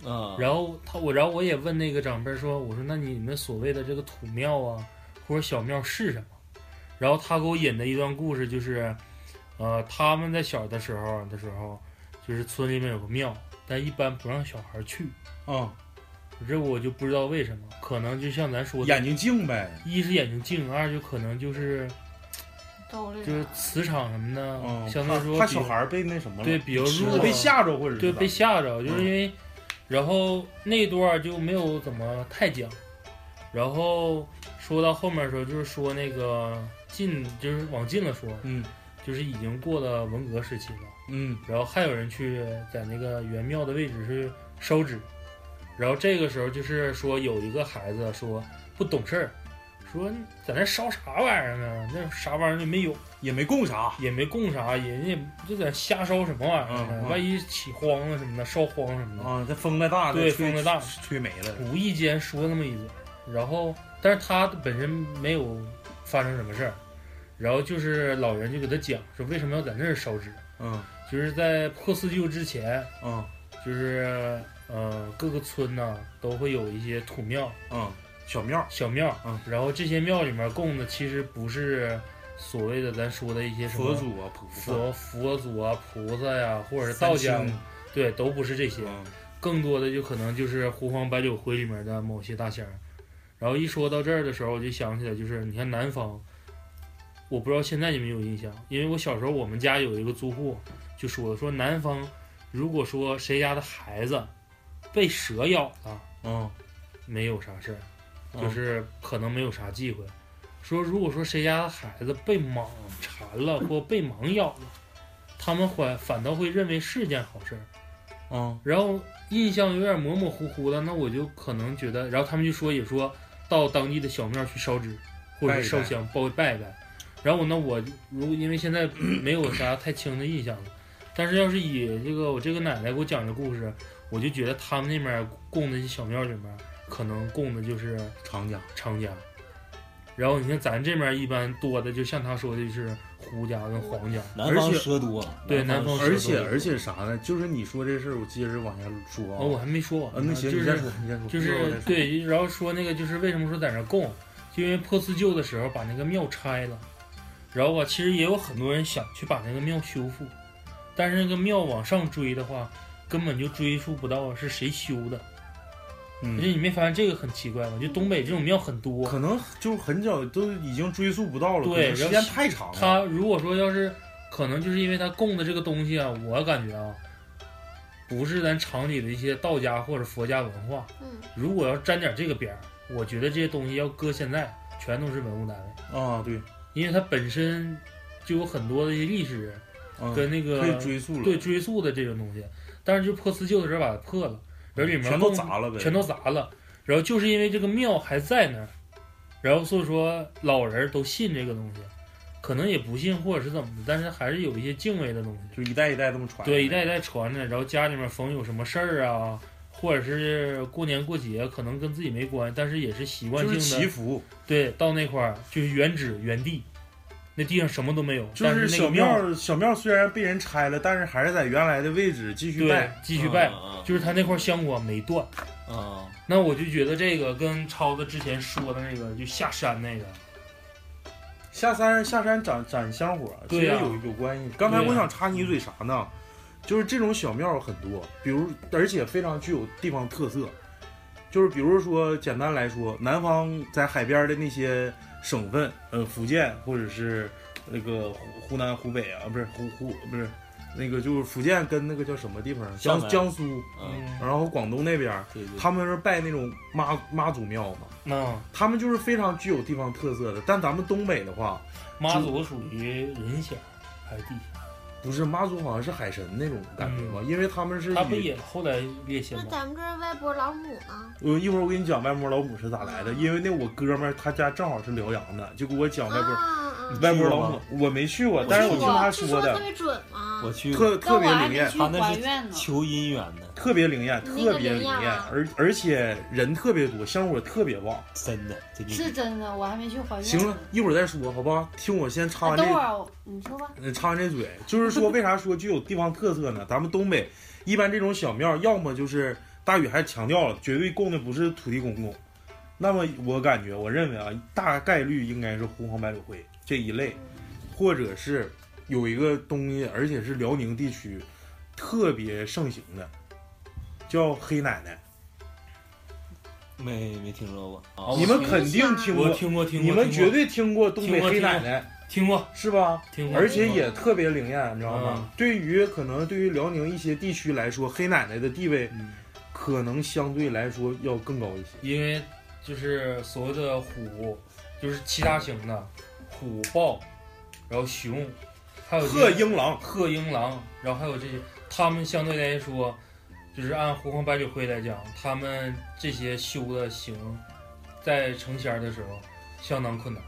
S5: 嗯，
S6: 然后他我，然后我也问那个长辈说，我说那你们所谓的这个土庙啊，或者小庙是什么？然后他给我引的一段故事就是，呃，他们在小的时候的时候，就是村里面有个庙，但一般不让小孩去。
S7: 嗯，
S6: 这我就不知道为什么，可能就像咱说的，
S7: 眼睛净呗。
S6: 一是眼睛净，二就可能就是
S8: 兜里
S6: 就是磁场什么的，
S7: 嗯，
S6: 相对来说
S7: 怕怕
S6: 比
S7: 小孩儿被那什么了，
S6: 对比较
S7: 吃了
S6: 弱
S7: 被吓着或者是嗯
S6: 对
S7: 咋
S6: 被
S7: 的
S6: 吓着，就是因为，然后那段儿就没有怎么太讲，然后说到后面的时候，就是说那个近，就是往近了说，
S7: 嗯
S6: 就是已经过了文革时期了，
S7: 嗯
S6: 然后还有人去在那个原庙的位置去烧纸，然后这个时候就是说有一个孩子说不懂事儿，说你在那烧啥玩意儿呢？那啥玩意儿也没有。
S7: 也没供啥，
S6: 也没供啥，人家就在瞎烧什么玩意儿呢
S7: 嗯？嗯
S6: 万一起荒了什么的，烧荒什
S5: 嗯
S6: 么的，
S7: 啊，这风再大，
S6: 对
S7: 吹
S6: 风再大
S7: 吹没了。
S6: 无意间说那么一嘴，然后但是他本身没有发生什么事儿，然后就是老人就给他讲说为什么要在那儿烧纸，
S7: 嗯
S6: 就是在破四旧之前，
S7: 嗯
S6: 就是呃各个村呐都会有一些土庙、
S7: 嗯，小庙，
S6: 小庙，
S7: 嗯
S6: 然后这些庙里面供的其实不是所谓的咱说的一些什么
S7: 佛。祖啊，菩萨，
S6: 佛佛祖啊、菩萨呀、或者是道家
S7: 三清，
S6: 对，都不是这些，
S7: 嗯
S6: 更多的就可能就是胡黄白柳灰里面的某些大仙儿。然后一说到这儿的时候，我就想起来，就是你看南方，我不知道现在你们有印象，因为我小时候我们家有一个租户就说说南方，如果说谁家的孩子被蛇咬了，
S7: 嗯
S6: 没有啥事儿，
S7: 嗯
S6: 就是可能没有啥忌讳。说如果说谁家的孩子被蟒缠了或被蟒咬了，他们反反倒会认为是件好事儿。
S7: 嗯
S6: 然后印象有点模模糊糊的，那我就可能觉得，然后他们就说也说到当地的小庙去烧纸或者烧香拜拜拜。然后呢，我如果因为现在没有啥太清的印象了，但是要是以这个我这个奶奶给我讲的故事，我就觉得他们那边供的小庙里面，可能供的就是
S7: 长家，
S6: 常家。然后你看咱这面一般多的，就像他说的就是胡家跟黄家，
S5: 南方
S7: 而且
S5: 蛇多，
S6: 对南方蛇
S7: 而且
S6: 多
S7: 而且啥呢？就是你说这事儿，我接着往下说啊。
S6: 哦，我还没说完
S7: 啊，
S6: 呢，
S7: 那行，
S6: 就
S7: 你
S6: 是
S7: 先说，你先说，
S6: 就
S7: 一会儿我
S6: 是
S7: 再说，
S6: 对，然后说那个就是为什么说在那儿供，就因为破四旧的时候把那个庙拆了，然后啊，其实也有很多人想去把那个庙修复，但是那个庙往上追的话，根本就追溯不到是谁修的。
S7: 嗯
S6: 而且你没发现这个很奇怪吗？就东北这种庙很多，
S7: 可能就是很久都已经追溯不到了，
S6: 对
S7: 可能时
S6: 然
S7: 间
S6: 后
S7: 太长了。
S6: 他如果说要是可能就是因为他供的这个东西啊，我感觉啊，不是咱常理的一些道家或者佛家文化。
S8: 嗯，
S6: 如果要沾点这个边儿，我觉得这些东西要搁现在，全都是文物单位，
S7: 啊，对，
S6: 因为它本身就有很多的一些历史
S7: 嗯
S6: 跟那个、
S7: 可以追溯了，
S6: 对追溯的这种东西。但是就破四旧的时候把它破了，然后里面
S7: 嗯全都
S6: 供
S7: 砸了呗，
S6: 全都砸了。然后就是因为这个庙还在那儿，然后所以说老人都信这个东西，可能也不信或者是怎么的，但是还是有一些敬畏的东西。
S7: 就一代一代这么传。
S6: 对，一代一代传着，然后家里面逢有什么事儿啊，或者是过年过节，可能跟自己没关系，但是也是习惯
S7: 就是
S6: 性
S7: 祈
S6: 的，
S7: 福，
S6: 对，到那块儿就是原址原地，那地上什么都没有，
S7: 就
S6: 但是那
S7: 小
S6: 个庙
S7: 庙小庙虽然被人拆了，但是还是在原来的位置继续
S6: 对
S7: 拜。嗯
S6: 继续拜，
S5: 啊
S6: 就是他那块香火没断。
S5: 啊
S6: 那我就觉得这个跟超子之前说的那个就下山那个，
S7: 下山下山展展香火，其实
S5: 啊
S6: 对呀
S7: 有有关系。刚才
S6: 对呀
S7: 我想插你
S5: 嗯
S7: 一嘴啥呢？就是这种小庙很多，比如而且非常具有地方特色。就是比如说，简单来说，南方在海边的那些省份，呃，福建或者是那个湖湖南、湖北啊，不是湖湖不是那个就是福建跟那个叫什么地方，
S5: 江
S7: 江
S5: 南
S7: 江苏，
S5: 嗯，
S7: 然后广东那边儿，
S5: 对对，
S7: 他们是拜那种妈妈祖庙嘛，
S6: 那
S7: 他们就是非常具有地方特色的。但咱们东北的话，
S6: 妈祖属于人仙还是地仙？
S7: 不是妈祖好像是海神那种感觉吧？因为嗯他们是
S6: 他不
S7: 以
S6: 也后来列仙
S8: 那
S6: 吗？
S8: 咱们这儿外婆老母呢？
S7: 呃，一会儿我给你讲外婆老母是咋来的，因为那我哥们儿他家正好是辽阳的，就给我讲
S8: 啊
S7: 外婆
S8: 啊！啊
S7: 外婆老母，我没去过，但是我听他
S8: 是
S7: 说
S8: 特
S7: 的，
S8: 别准吗？
S5: 我去
S7: 特
S11: 但
S7: 特别
S11: 我还
S7: 灵
S11: 没
S7: 验
S11: 去，
S5: 他那是
S11: 还愿呢。
S5: 求姻缘的，
S7: 特别灵验，
S8: 你那个
S7: 特别灵
S8: 灵验
S7: 验
S8: 啊，
S7: 而而且人特别多，香火特别旺。
S5: 真的，这就是
S11: 真的，我还没去还愿。
S7: 行了，，一会儿再说，好吧？听我先
S11: 啊、
S7: 插完这
S11: 等会儿我你说吧。
S7: 呃，插完这嘴，就是说为啥说具有地方特色呢？咱们东北一般这种小庙，要么就是大宇还强调了，绝对供的不是土地公公。那么我感觉，我认为啊，大概率应该是红黄白柳灰这一类，或者是有一个东西，而且是辽宁地区特别盛行的，叫黑奶奶。
S5: 没没听说过啊，
S7: 你们肯定听
S6: 哦我
S7: 过，
S6: 听过听过，
S7: 你们
S6: 听
S7: 绝
S6: 过
S7: 对听过东北
S6: 听过
S7: 黑
S6: 听过
S7: 奶奶
S6: 听过
S7: 是吧？
S6: 听过，
S7: 而且也特别灵验，你知道吗？
S6: 嗯
S7: 对于可能对于辽宁一些地区来说，黑奶奶的地位
S6: 嗯
S7: 可能相对来说要更高一些。
S6: 因为就是所谓的虎，就是七大型的虎豹，然后熊，还有这
S7: 贺英郎，
S6: 鹤英狼，然后还有这些，他们相对来说，就是按胡黄白柳灰来讲，他们这些修的形，在成仙儿的时候相当困难。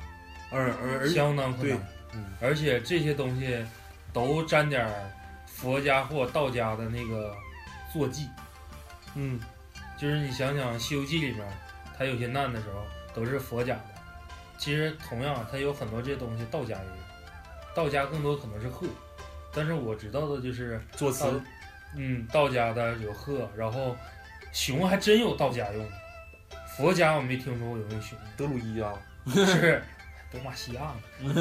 S7: 而而而
S6: 相当困
S7: 对
S6: 难。
S7: 嗯
S6: 而且这些东西都沾点儿佛家或道家的那个坐骑，
S7: 嗯，
S6: 就是你想想《西游记》里面，他有些难的时候都是佛家的。其实同样，它有很多这些东西，道家也有，道家更多可能是鹤，但是我知道的就是
S7: 作
S6: 道
S7: 词，
S6: 嗯，道家的有鹤，然后熊还真有道家用的，佛家我没听说过有用熊
S7: 德鲁伊啊。
S6: 的， 是德玛西亚嘛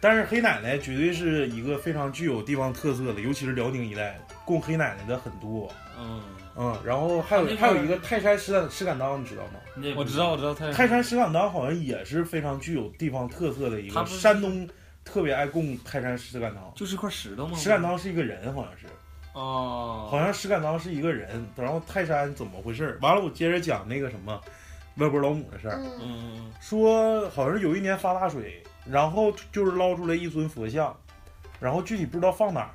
S7: 但是黑奶奶绝对是一个非常具有地方特色的，尤其是辽宁一带供黑奶奶的很多。
S5: 嗯，
S7: 嗯，然后还
S6: 那
S7: 有
S6: 边
S7: 还有一个泰山石敢石敢当，你知道吗？
S6: 那
S5: 我
S6: 不
S5: 知
S6: 是
S5: 道我知道，他
S7: 泰山石敢当好像也是非常具有地方特色的一
S5: 他
S7: 个，
S5: 不是
S7: 山东特别爱供泰山石敢当。
S5: 就是一块石头吗？
S7: 石敢当是一个人，好像是，
S5: 哦，
S7: 好像石敢当是一个人。然后泰山怎么回事儿？完了，我接着讲那个什么外婆老母的事儿，
S8: 嗯，
S5: 嗯，
S7: 说好像是有一年发大水，然后就是捞出来一尊佛像，然后具体不知道放哪儿。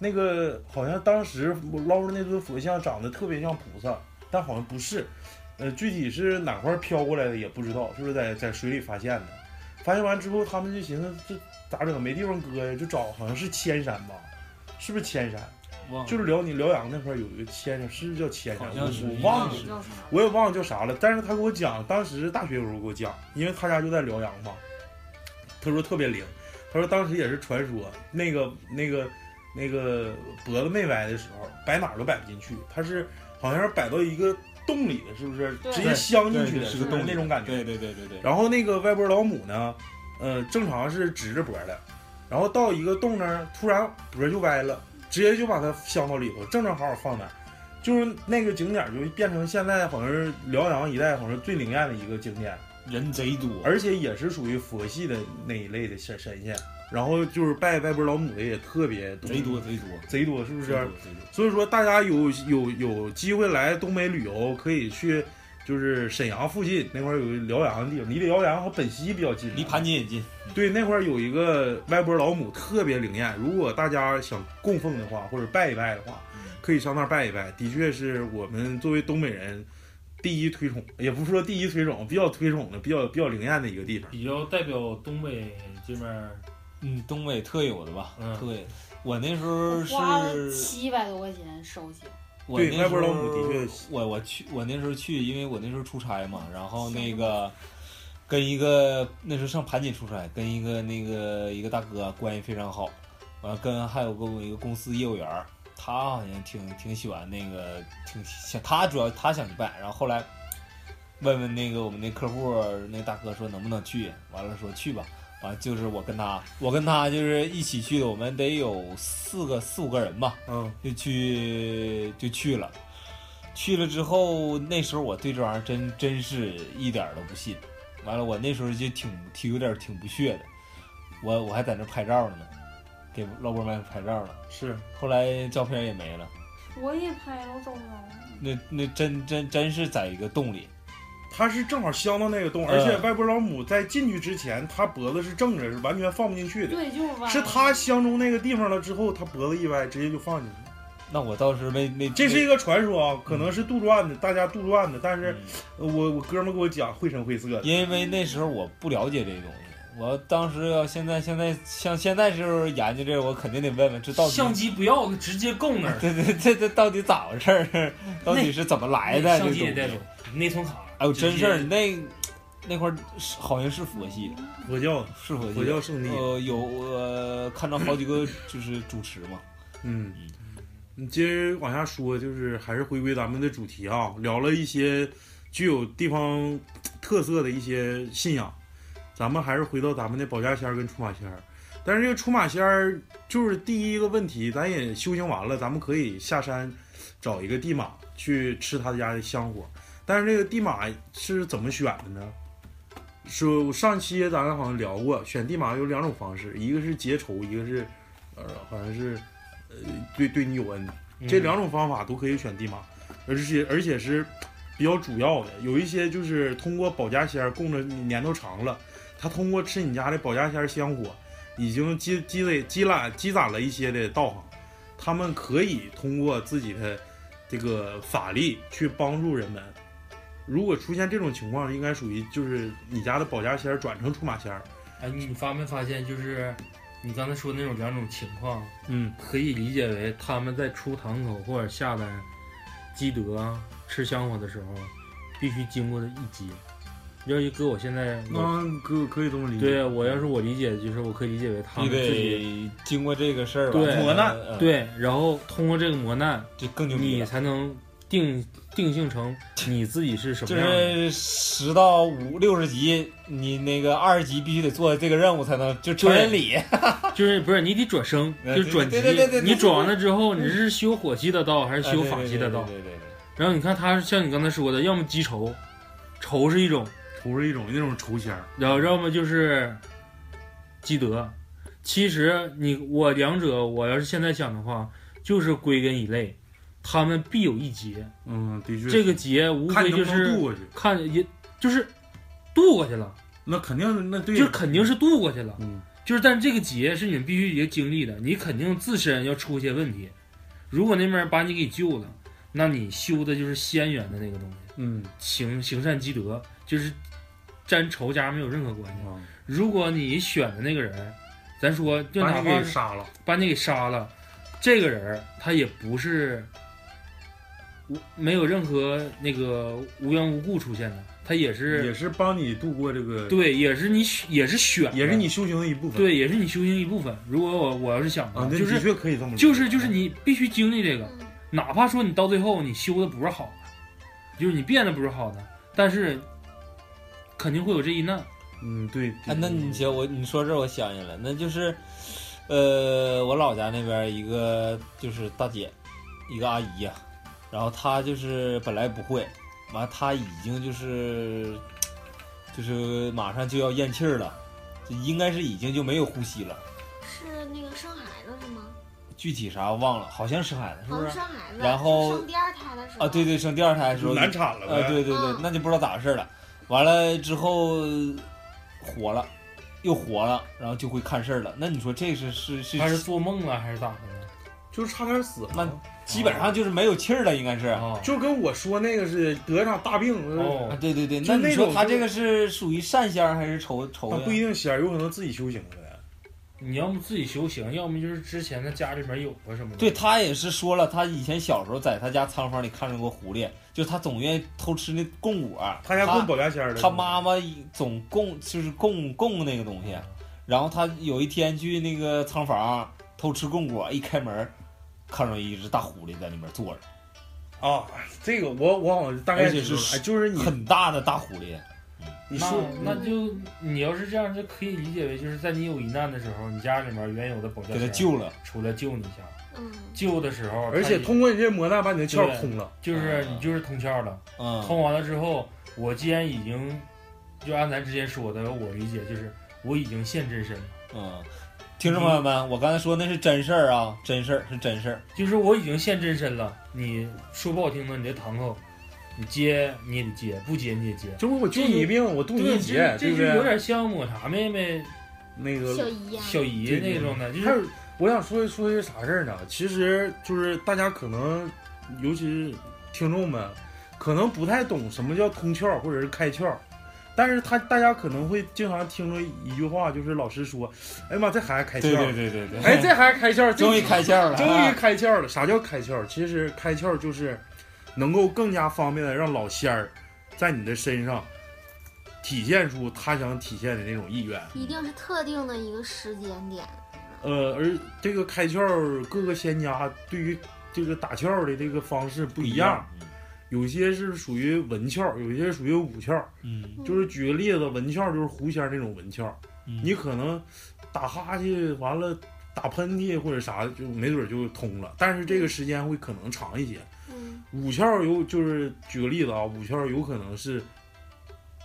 S7: 那个好像当时捞出那尊佛像长得特别像菩萨，但好像不是，呃，具体是哪块儿飘过来的也不知道，就是在在水里发现的。发现完之后，他们就寻思这咋整？没地方搁呀，就找好像是铅山吧，是不是铅山？
S5: 嗯忘了
S7: 就是辽宁辽阳那块儿有一个铅山，是不是叫铅山？
S5: 哦好
S7: 我
S5: 像是
S7: 我忘了，
S8: 嗯
S5: 是
S11: 叫啥？
S7: 我也忘了叫啥了。但是他给我讲，当时大学有时候给我讲，因为他家就在辽阳嘛，他说特别灵。他说当时也是传说，那个那个那个脖子没歪的时候，摆哪儿都摆不进去，他是好像是摆到一个洞里的，是不是？
S11: 对
S7: 直接镶进去
S5: 对
S7: 的，
S5: 是
S7: 不
S5: 个洞
S7: 那种感觉。
S5: 对对对对对，
S7: 然后那个外边老母呢，呃，正常是直着脖的，然后到一个洞那儿，突然脖就歪了，直接就把它镶到里头，正正好好放那儿。就是那个景点儿就变成现在好像是辽阳一带好像是最灵验的一个景点，
S5: 人贼多，
S7: 而且也是属于佛系的那一类的神神仙。然后就是拜拜波老母的也特别多，
S5: 贼多贼多
S7: 贼多，是不
S5: 贼
S7: 是
S5: 多贼多？
S7: 所以说大家有有有机会来东北旅游，可以去就是沈阳附近那块儿有个辽阳的地方，离辽阳和本溪比较近，啊
S5: 离盘锦也近。
S7: 对，那块儿有一个歪脖老母特别灵验，如果大家想供奉的话，或者拜一拜的话，
S5: 嗯
S7: 可以上那儿拜一拜。的确是我们作为东北人第一推崇，也不是说第一推崇，比较推崇的、比较比较灵验的一个地方。
S6: 比较代表东北这边儿，
S5: 嗯，东北特有的吧，
S6: 嗯
S5: 特有。我那时候是，
S8: 花了七百多块钱收起来，
S5: 我那时
S7: 对
S5: 候
S7: 歪脖老母的确
S5: 我我去，我那时候去，因为我那时候出差嘛，然后那个跟一个那时候上盘锦出差，跟一个那个一个大哥关系非常好，完了跟还有跟我一个公司业务员儿，他好像挺挺喜欢那个，挺想他主要他想去办，然后后来问问那个我们那客户儿那大哥说能不能去，完了说去吧。完、了就是我跟他，我跟他就是一起去的，我们得有四个四五个人吧，
S7: 嗯，
S5: 就去就去了，去了之后，那时候我对这玩意儿真真是一点儿都不信。完了，我那时候就挺挺有点儿挺不屑的，我我还在那拍照呢，给老伯们拍照呢。
S7: 是
S5: 后来照片也没了，
S12: 我也拍了，我找不着。
S5: 那那真真真是在一个洞里，
S7: 它是正好镶到那个洞，
S5: 嗯
S7: 而且歪脖老母在进去之前，她脖子是正着，是完全放不进去的。
S8: 对，就是歪。
S7: 是她相中那个地方了之后，她脖子一歪，直接就放进去了。
S5: 那我倒是没没
S7: 这是
S5: 没
S7: 一个传说啊，可能是杜撰的，大家杜撰的，但是
S5: 嗯
S7: 我我哥们给我讲绘声绘色的，
S5: 因为那时候我不了解这东西，我当时要现在现在像现在这时候研究这个，我肯定得问问这到底
S6: 相机不要，直接供那儿，
S5: 这这这这到底咋回事儿？到底是怎么来的？
S6: 相
S5: 这
S6: 机也
S5: 东
S6: 带
S5: 西
S6: 走，内存卡。
S5: 哎呦，真事儿，
S6: 直接
S5: 那那块儿是好像是佛系的，
S7: 佛教
S5: 是佛系
S7: 佛
S5: 的。
S7: 教圣地，
S5: 呃，有呃，看到好几个就是主持嘛，
S7: 嗯，你接着往下说，就是还是回归咱们的主题啊，聊了一些具有地方特色的一些信仰，咱们还是回到咱们的保家仙儿跟出马仙儿。但是这个出马仙儿就是第一个问题，咱也修行完了，咱们可以下山找一个地马去吃他家的香火。但是这个地马是怎么选的呢？说上期咱好像聊过，选地马有两种方式，一个是结仇，一个是呃好像是呃对对你有恩，这两种方法都可以选地马，而且而且是比较主要的。有一些就是通过保家仙儿供着你年头长了，他通过吃你家的保家仙儿香火，已经积积累积攒积攒了一些的道行，他们可以通过自己的这个法力去帮助人们。如果出现这种情况，应该属于就是你家的保家仙儿转成出马仙儿。
S6: 哎，你发没发现，就是你刚才说的那种两种情况，
S7: 嗯，
S6: 可以理解为他们在出堂口或者下来积德吃香火的时候，必须经过的一劫。要是搁我现在，我
S7: 嗯，可可以这么理
S6: 对啊我要是我理解，就是我可以理解为他
S5: 你
S6: 们自己
S5: 得经过这个事儿吧，
S6: 对
S7: 磨难
S5: 嗯，
S6: 对，然后通过这个磨难，
S5: 这更牛逼
S6: 你
S5: 了。
S6: 才能定定性成你自己是什
S5: 就
S6: 么样的。
S5: 是十到五六十级，你那个二十级必须得做这个任务才能就成人礼。
S6: 就是不是你得转生，
S5: 呃
S6: 就是转级
S5: 对对对对对。对啊
S6: 你转完了之后，你是修火系的道还是修法系的道？
S5: 对对对对对
S6: 然后你看他像你刚才说的，要么积仇，仇是一种，
S7: 不是一种那种仇仙儿。
S6: 然后要么就是积德。其实你我两者，我要是现在想的话，就是归根一类，他们必有一劫。
S7: 嗯，的确，
S6: 这个劫无
S7: 看
S6: 非
S7: 你能
S6: 就
S7: 不能渡
S6: 是
S7: 过去，
S6: 看也就是渡过去了，
S7: 那肯定那对，
S6: 就是肯定是渡过去了。
S7: 嗯
S6: 就是但这个劫是你们必须得经历的，你肯定自身要出一些问题。如果那边把你给救了，那你修的就是仙缘的那个东西，
S7: 嗯
S6: 行行善积德，就是沾仇家没有任何关系。
S7: 啊，
S6: 如果你选的那个人，咱说就
S7: 把
S6: 哪
S7: 你
S6: 怕
S7: 给
S6: 是
S7: 杀了，
S6: 把你给杀了，这个人儿他也不是无没有任何那个无缘无故出现的，他也是
S7: 也是帮你度过这个，
S6: 对，也是你选也是选的，
S7: 也是你修行的一部分。
S6: 对，也是你修行一部分。如果我我要是想的话
S7: 啊，那
S6: 就
S7: 的
S6: 是
S7: 确可以这么理解，
S6: 就是就是你必须经历这个，
S13: 嗯
S6: 哪怕说你到最后你修的不是好的，就是你变得不是好的，但是肯定会有这一难。
S7: 嗯，对。
S5: 哎，
S7: 对
S6: 啊
S5: 那你行，我你说这我想起来，那就是呃，我老家那边一个就是大姐，一个阿姨呀、然后她就是本来不会，完了她已经就是就是马上就要咽气儿了，就应该是已经就没有呼吸了。
S13: 是那个生孩子是吗？
S5: 具体啥忘了，好像生孩子是
S13: 好
S5: 不
S13: 像
S5: 是
S13: 生孩子，？
S5: 然后
S13: 生第二胎的时候
S5: 啊，对，对，生第二胎的时候
S7: 难产了呗
S5: 呃，
S6: 啊
S5: 对对
S13: 嗯
S5: 对，那就不知道咋回事了。完了之后活了，又活了，然后就会看事儿了。那你说这是是是
S6: 他是做梦啊，还是咋的呢？
S7: 就是差点死了。
S5: 那基本上就是没有气儿了，应该是。
S6: 哦
S7: 就跟我说那个是得场大病。
S5: 啊对对对，
S7: 就
S5: 那你说
S7: 种
S5: 他这
S7: 就
S5: 个是属于善仙儿还是仇仇
S6: 哦
S7: 他
S5: 呀？
S7: 不一定仙儿，有可能自己修行的。
S6: 你要么自己修行，要么就是之前的家里面有过什么的。
S5: 对他也是说了，他以前小时候在他家仓房里看着过狐狸，就他总愿意偷吃那供果儿。
S7: 他家供保家仙儿的
S5: 他妈妈总供就是供供那个东西，啊然后他有一天去那个仓房偷吃供果，一开门看着一只大狐狸在里面坐着，
S7: 啊，这个我我好像大概
S5: 而且
S7: 知道
S5: 是
S7: 了哎就是你
S5: 很大的大狐狸。
S7: 你说
S6: 那那就你要是这样，就可以理解为就是在你有疑难的时候，你家里面原有的保家
S5: 给他
S6: 仙儿
S5: 救了
S6: 出来救你一下。
S13: 嗯，
S6: 救的时候，
S7: 而且通过你这磨难把你的窍儿空了，
S6: 对就是你就是通窍了。
S5: 嗯
S6: 通完了之后，我既然已经，就按咱之前说的，我理解就是我已经现真身了。
S5: 嗯，听众朋友们，我刚才说那是真事儿啊，真事儿是真事儿。
S6: 就是我已经现真身了。你说不好听的，你这堂口，你接你也得接，不接你也接。
S7: 就是我救你一命我渡你一劫
S6: 对这
S7: 对
S6: 这
S7: 不对
S6: 是有点像抹茶妹妹
S7: 那个
S13: 啊
S6: 小姨那种的，就
S7: 还有
S6: 是
S7: 我想说说一个啥事儿呢？其实就是大家可能，尤其是听众们，可能不太懂什么叫通窍或者是开窍，但是他大家可能会经常听着一句话，就是老师说：“哎呀妈，这孩子开窍。”
S5: 对对对对对
S7: 哎，这孩子开窍，
S5: 终于开窍了 啊
S7: 终于开窍了。啥叫开窍？其实开窍就是能够更加方便的让老仙儿在你的身上体现出他想体现的那种意愿。
S13: 一定是特定的一个时间点。
S7: 呃，而这个开窍，各个仙家对于这个打窍的这个方式不一样，有些是属于文窍，有些是属于武窍。
S5: 嗯
S7: 就是举个例子，文窍就是狐仙那种文窍，
S5: 嗯
S7: 你可能打哈欠完了打喷嚏或者啥的，就没准就通了，但是这个时间会可能长一些。
S13: 嗯
S7: 武窍有就是举个例子啊，武窍有可能是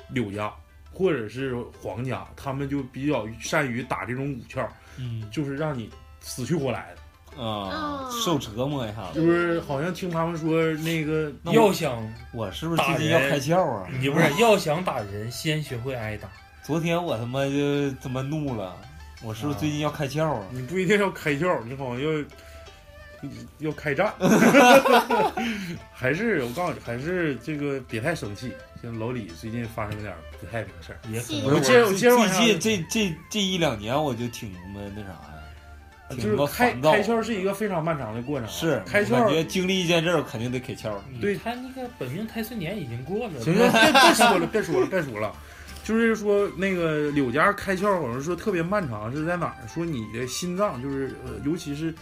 S7: 柳家或者是黄家，他们就比较善于打这种武窍，
S5: 嗯，
S7: 就是让你死去活来的。
S5: 啊，受折磨一下子，
S7: 就是好像听他们说那嗯个
S5: 那我要想我是不是
S6: 打
S5: 最近
S6: 人
S5: 要开窍啊？
S6: 你不是要想打人，先学会挨打。
S5: 昨天我他妈就他妈怒了，我是不是最近要开窍啊？
S7: 你不一定要开窍，你好像要要开战， 还是我告诉你，还是这个别太生气。像老李最近发生点不太明事儿，
S6: 也
S5: 可能
S7: 我接着我接着往下
S5: 最近这这这一两年我就挺他妈那啥呀，挺他
S7: 就
S5: 妈
S7: 是开
S5: 烦躁。
S7: 开窍是一个非常漫长的过程，啊
S5: 是
S7: 开
S5: 我感
S7: 窍
S5: 觉经历一件事儿，我肯定得开窍。
S7: 对
S6: 他那个本命太岁年已经过了，
S7: 行行，别别说了，别说了，别说了。就是说，那个柳家开窍好像说特别漫长，是在哪儿？说你的心脏就是呃，尤其是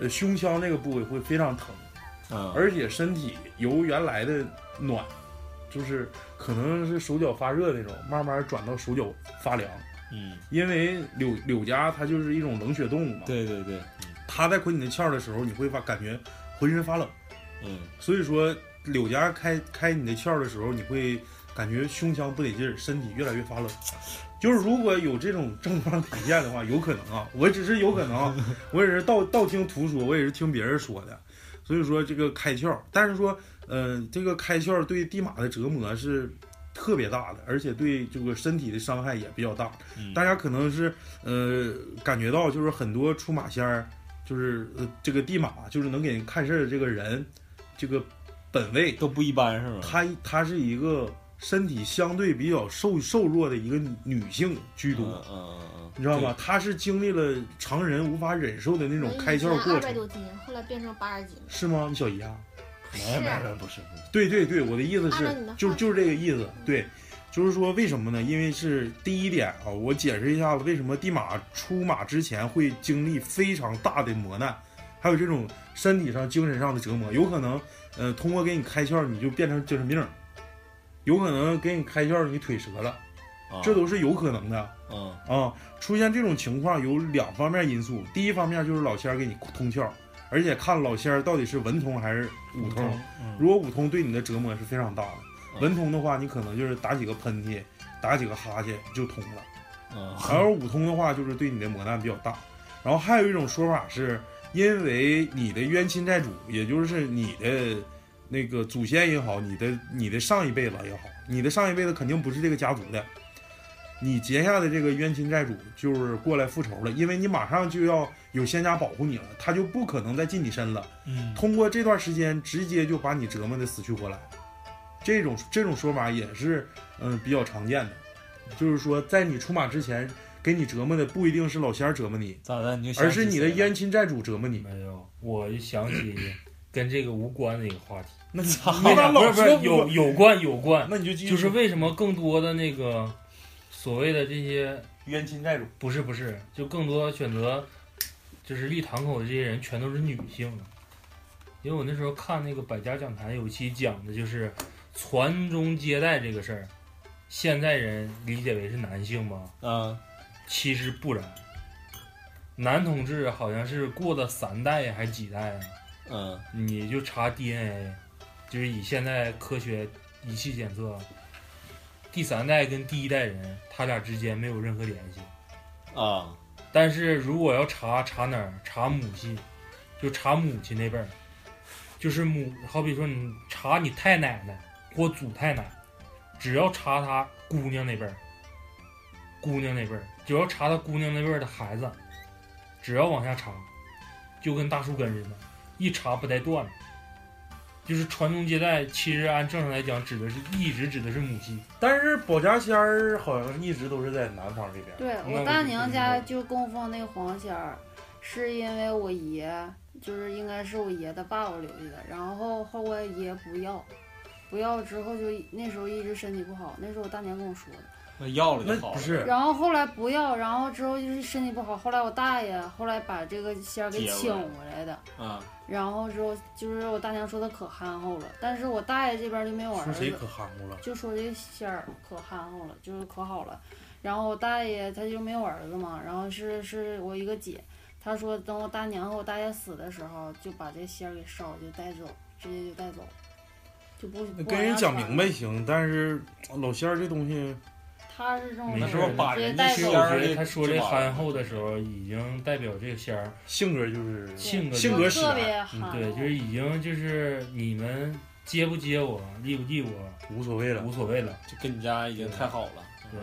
S7: 呃胸腔那个部位会非常疼，
S5: 嗯
S7: 而且身体由原来的暖，就是可能是手脚发热那种，慢慢转到手脚发凉。
S5: 嗯，
S7: 因为柳柳家它就是一种冷血动物嘛，
S5: 对对对，
S7: 它在捆你的窍的时候，你会发感觉浑身发冷。
S5: 嗯，
S7: 所以说柳家开开你的窍的时候，你会感觉胸腔不得劲儿，身体越来越发冷。就是如果有这种症状体现的话，有可能啊，我只是有可能啊，我也是道道听途说，我也是听别人说的。所以说这个开窍，但是说，嗯、这个开窍对地马的折磨是特别大的，而且对这个身体的伤害也比较大。
S5: 嗯
S7: 大家可能是呃感觉到，就是很多出马仙儿，就是、呃这个地马，就是能给人看事儿的这个人，这个本位
S5: 都不一般，是吗？
S7: 她她是一个身体相对比较瘦瘦弱的一个女性居多，
S5: 嗯嗯嗯，
S7: 你知道吗？她是经历了常人无法忍受的那种开窍过
S13: 二百
S7: 程，
S13: 多斤，后来变成八十斤。
S7: 是吗？小姨啊，
S13: 没有没 有没有
S5: 哎不是，啊
S7: 对对对，我的意思
S13: 按照你的
S7: 是
S13: 话，
S7: 就就是这个意思，对，就是说为什么呢？因为是第一点啊，我解释一下子为什么地马出马之前会经历非常大的磨难，还有这种身体上、精神上的折磨，有可能，呃，通过给你开窍，你就变成精神病儿，有可能给你开窍，你腿折了，这都是有可能的。
S5: 啊嗯
S7: 啊，出现这种情况有两方面因素，第一方面就是老仙儿给你通窍，而且看老仙儿到底是文通还是
S5: 武
S7: 武通。
S5: 通嗯
S7: 如果武通对你的折磨是非常大的，
S5: 嗯
S7: 文通的话，你可能就是打几个喷嚏，打几个哈欠就通了。
S5: 嗯
S7: 然后五通的话就是对你的磨难比较大。然后还有一种说法是，因为你的冤亲债主，也就是你的那个祖先也好，你的你的上一辈子也好，你的上一辈子肯定不是这个家族的，你结下的这个冤亲债主就是过来复仇了，因为你马上就要有仙家保护你了，他就不可能再近你身了。
S5: 嗯
S7: 通过这段时间，直接就把你折磨的死去活来。这种这种说法也是，嗯，比较常见的，就是说，在你出马之前，给你折磨的不一定是老仙儿折磨你，
S5: 咋的？你就
S7: 而是你的 冤亲债主折磨你。
S6: 没有，我就想起跟这个无关的一个话 题。
S7: 那
S5: 操
S6: 为啥
S5: 老
S6: 不是
S5: 说
S6: 不是
S5: 不
S6: 有
S5: 关
S6: 有关有关？
S7: 那你就继续
S6: 就是为什么更多的那个所谓的这些
S7: 冤亲债主，
S6: 不是不是，就更多选择就是立堂口的这些人全都是女性啊。因为我那时候看那个百家讲坛有一期讲的就是传宗接代这个事儿，现代人理解为是男性吧？
S5: 嗯，
S6: 其实不然，男同志好像是过了三代呀还是几代啊？
S5: 嗯，
S6: 你就查 DNA，就是以现在科学仪器检测，第三代跟第一代人他俩之间没有任何联系。
S5: 啊，
S6: 但是如果要查查哪儿，查母系，就查母亲那辈儿，就是母，好比说你查你太奶奶或祖太奶，只要查她姑娘那辈儿，姑娘那辈儿，只要查她姑娘那辈儿的孩子，只要往下查，就跟大树根似的，一查不带断的。就是传宗接代，其实按正常来讲，指的是一直指的是母系。
S7: 但是保家仙儿好像一直都是在南方这边。
S8: 对
S6: 那
S8: 我
S6: 我
S8: 大
S6: 就
S8: 娘
S6: 不知
S8: 家就供奉那个黄仙儿，是因为我爷，就是应该是我爷的爸爸留下的，然后后来爷不要，不要之后就那时候一直身体不好，那是我大娘跟我说的，
S5: 那要了就好了。
S7: 不是，
S8: 然后后来不要，然后之后就是身体不好，后来我大爷后来把这个仙儿给
S5: 接过
S8: 请
S5: 来
S8: 回来的。
S5: 啊，
S8: 然后之后就是我大娘说她可憨厚了，但是我大爷这边就没有儿
S7: 说谁
S8: 子，
S7: 可憨乎了？
S8: 就说这仙儿可憨厚了，就是可好了。然后我大爷他就没有儿子嘛，然后是是我一个姐，她说等我大娘和我大爷死的时候，就把这仙儿给烧，就带走，直接就带走，就不不
S7: 跟
S8: 往
S7: 人
S8: 下
S7: 讲
S8: 传
S7: 明白行，但是呃老仙儿这东西，
S8: 他是这种
S6: 没
S8: 人
S6: 事儿
S5: 把
S8: 直接
S5: 人家
S8: 带
S6: 其实
S8: 走
S6: 我
S5: 仙
S8: 了
S5: 儿
S6: 觉得他说这
S5: 这玩意儿
S6: 憨厚的时候，已经代表这个仙儿
S7: 性格就是
S6: 性格嗯
S7: 性
S8: 就
S7: 格使
S8: 特
S7: 然，
S8: 别憨厚，
S6: 对，就是已经就是你们接不接我，立不立我
S7: 无所谓了
S6: 无。所谓了，
S5: 就跟你家已经太好了。
S7: 嗯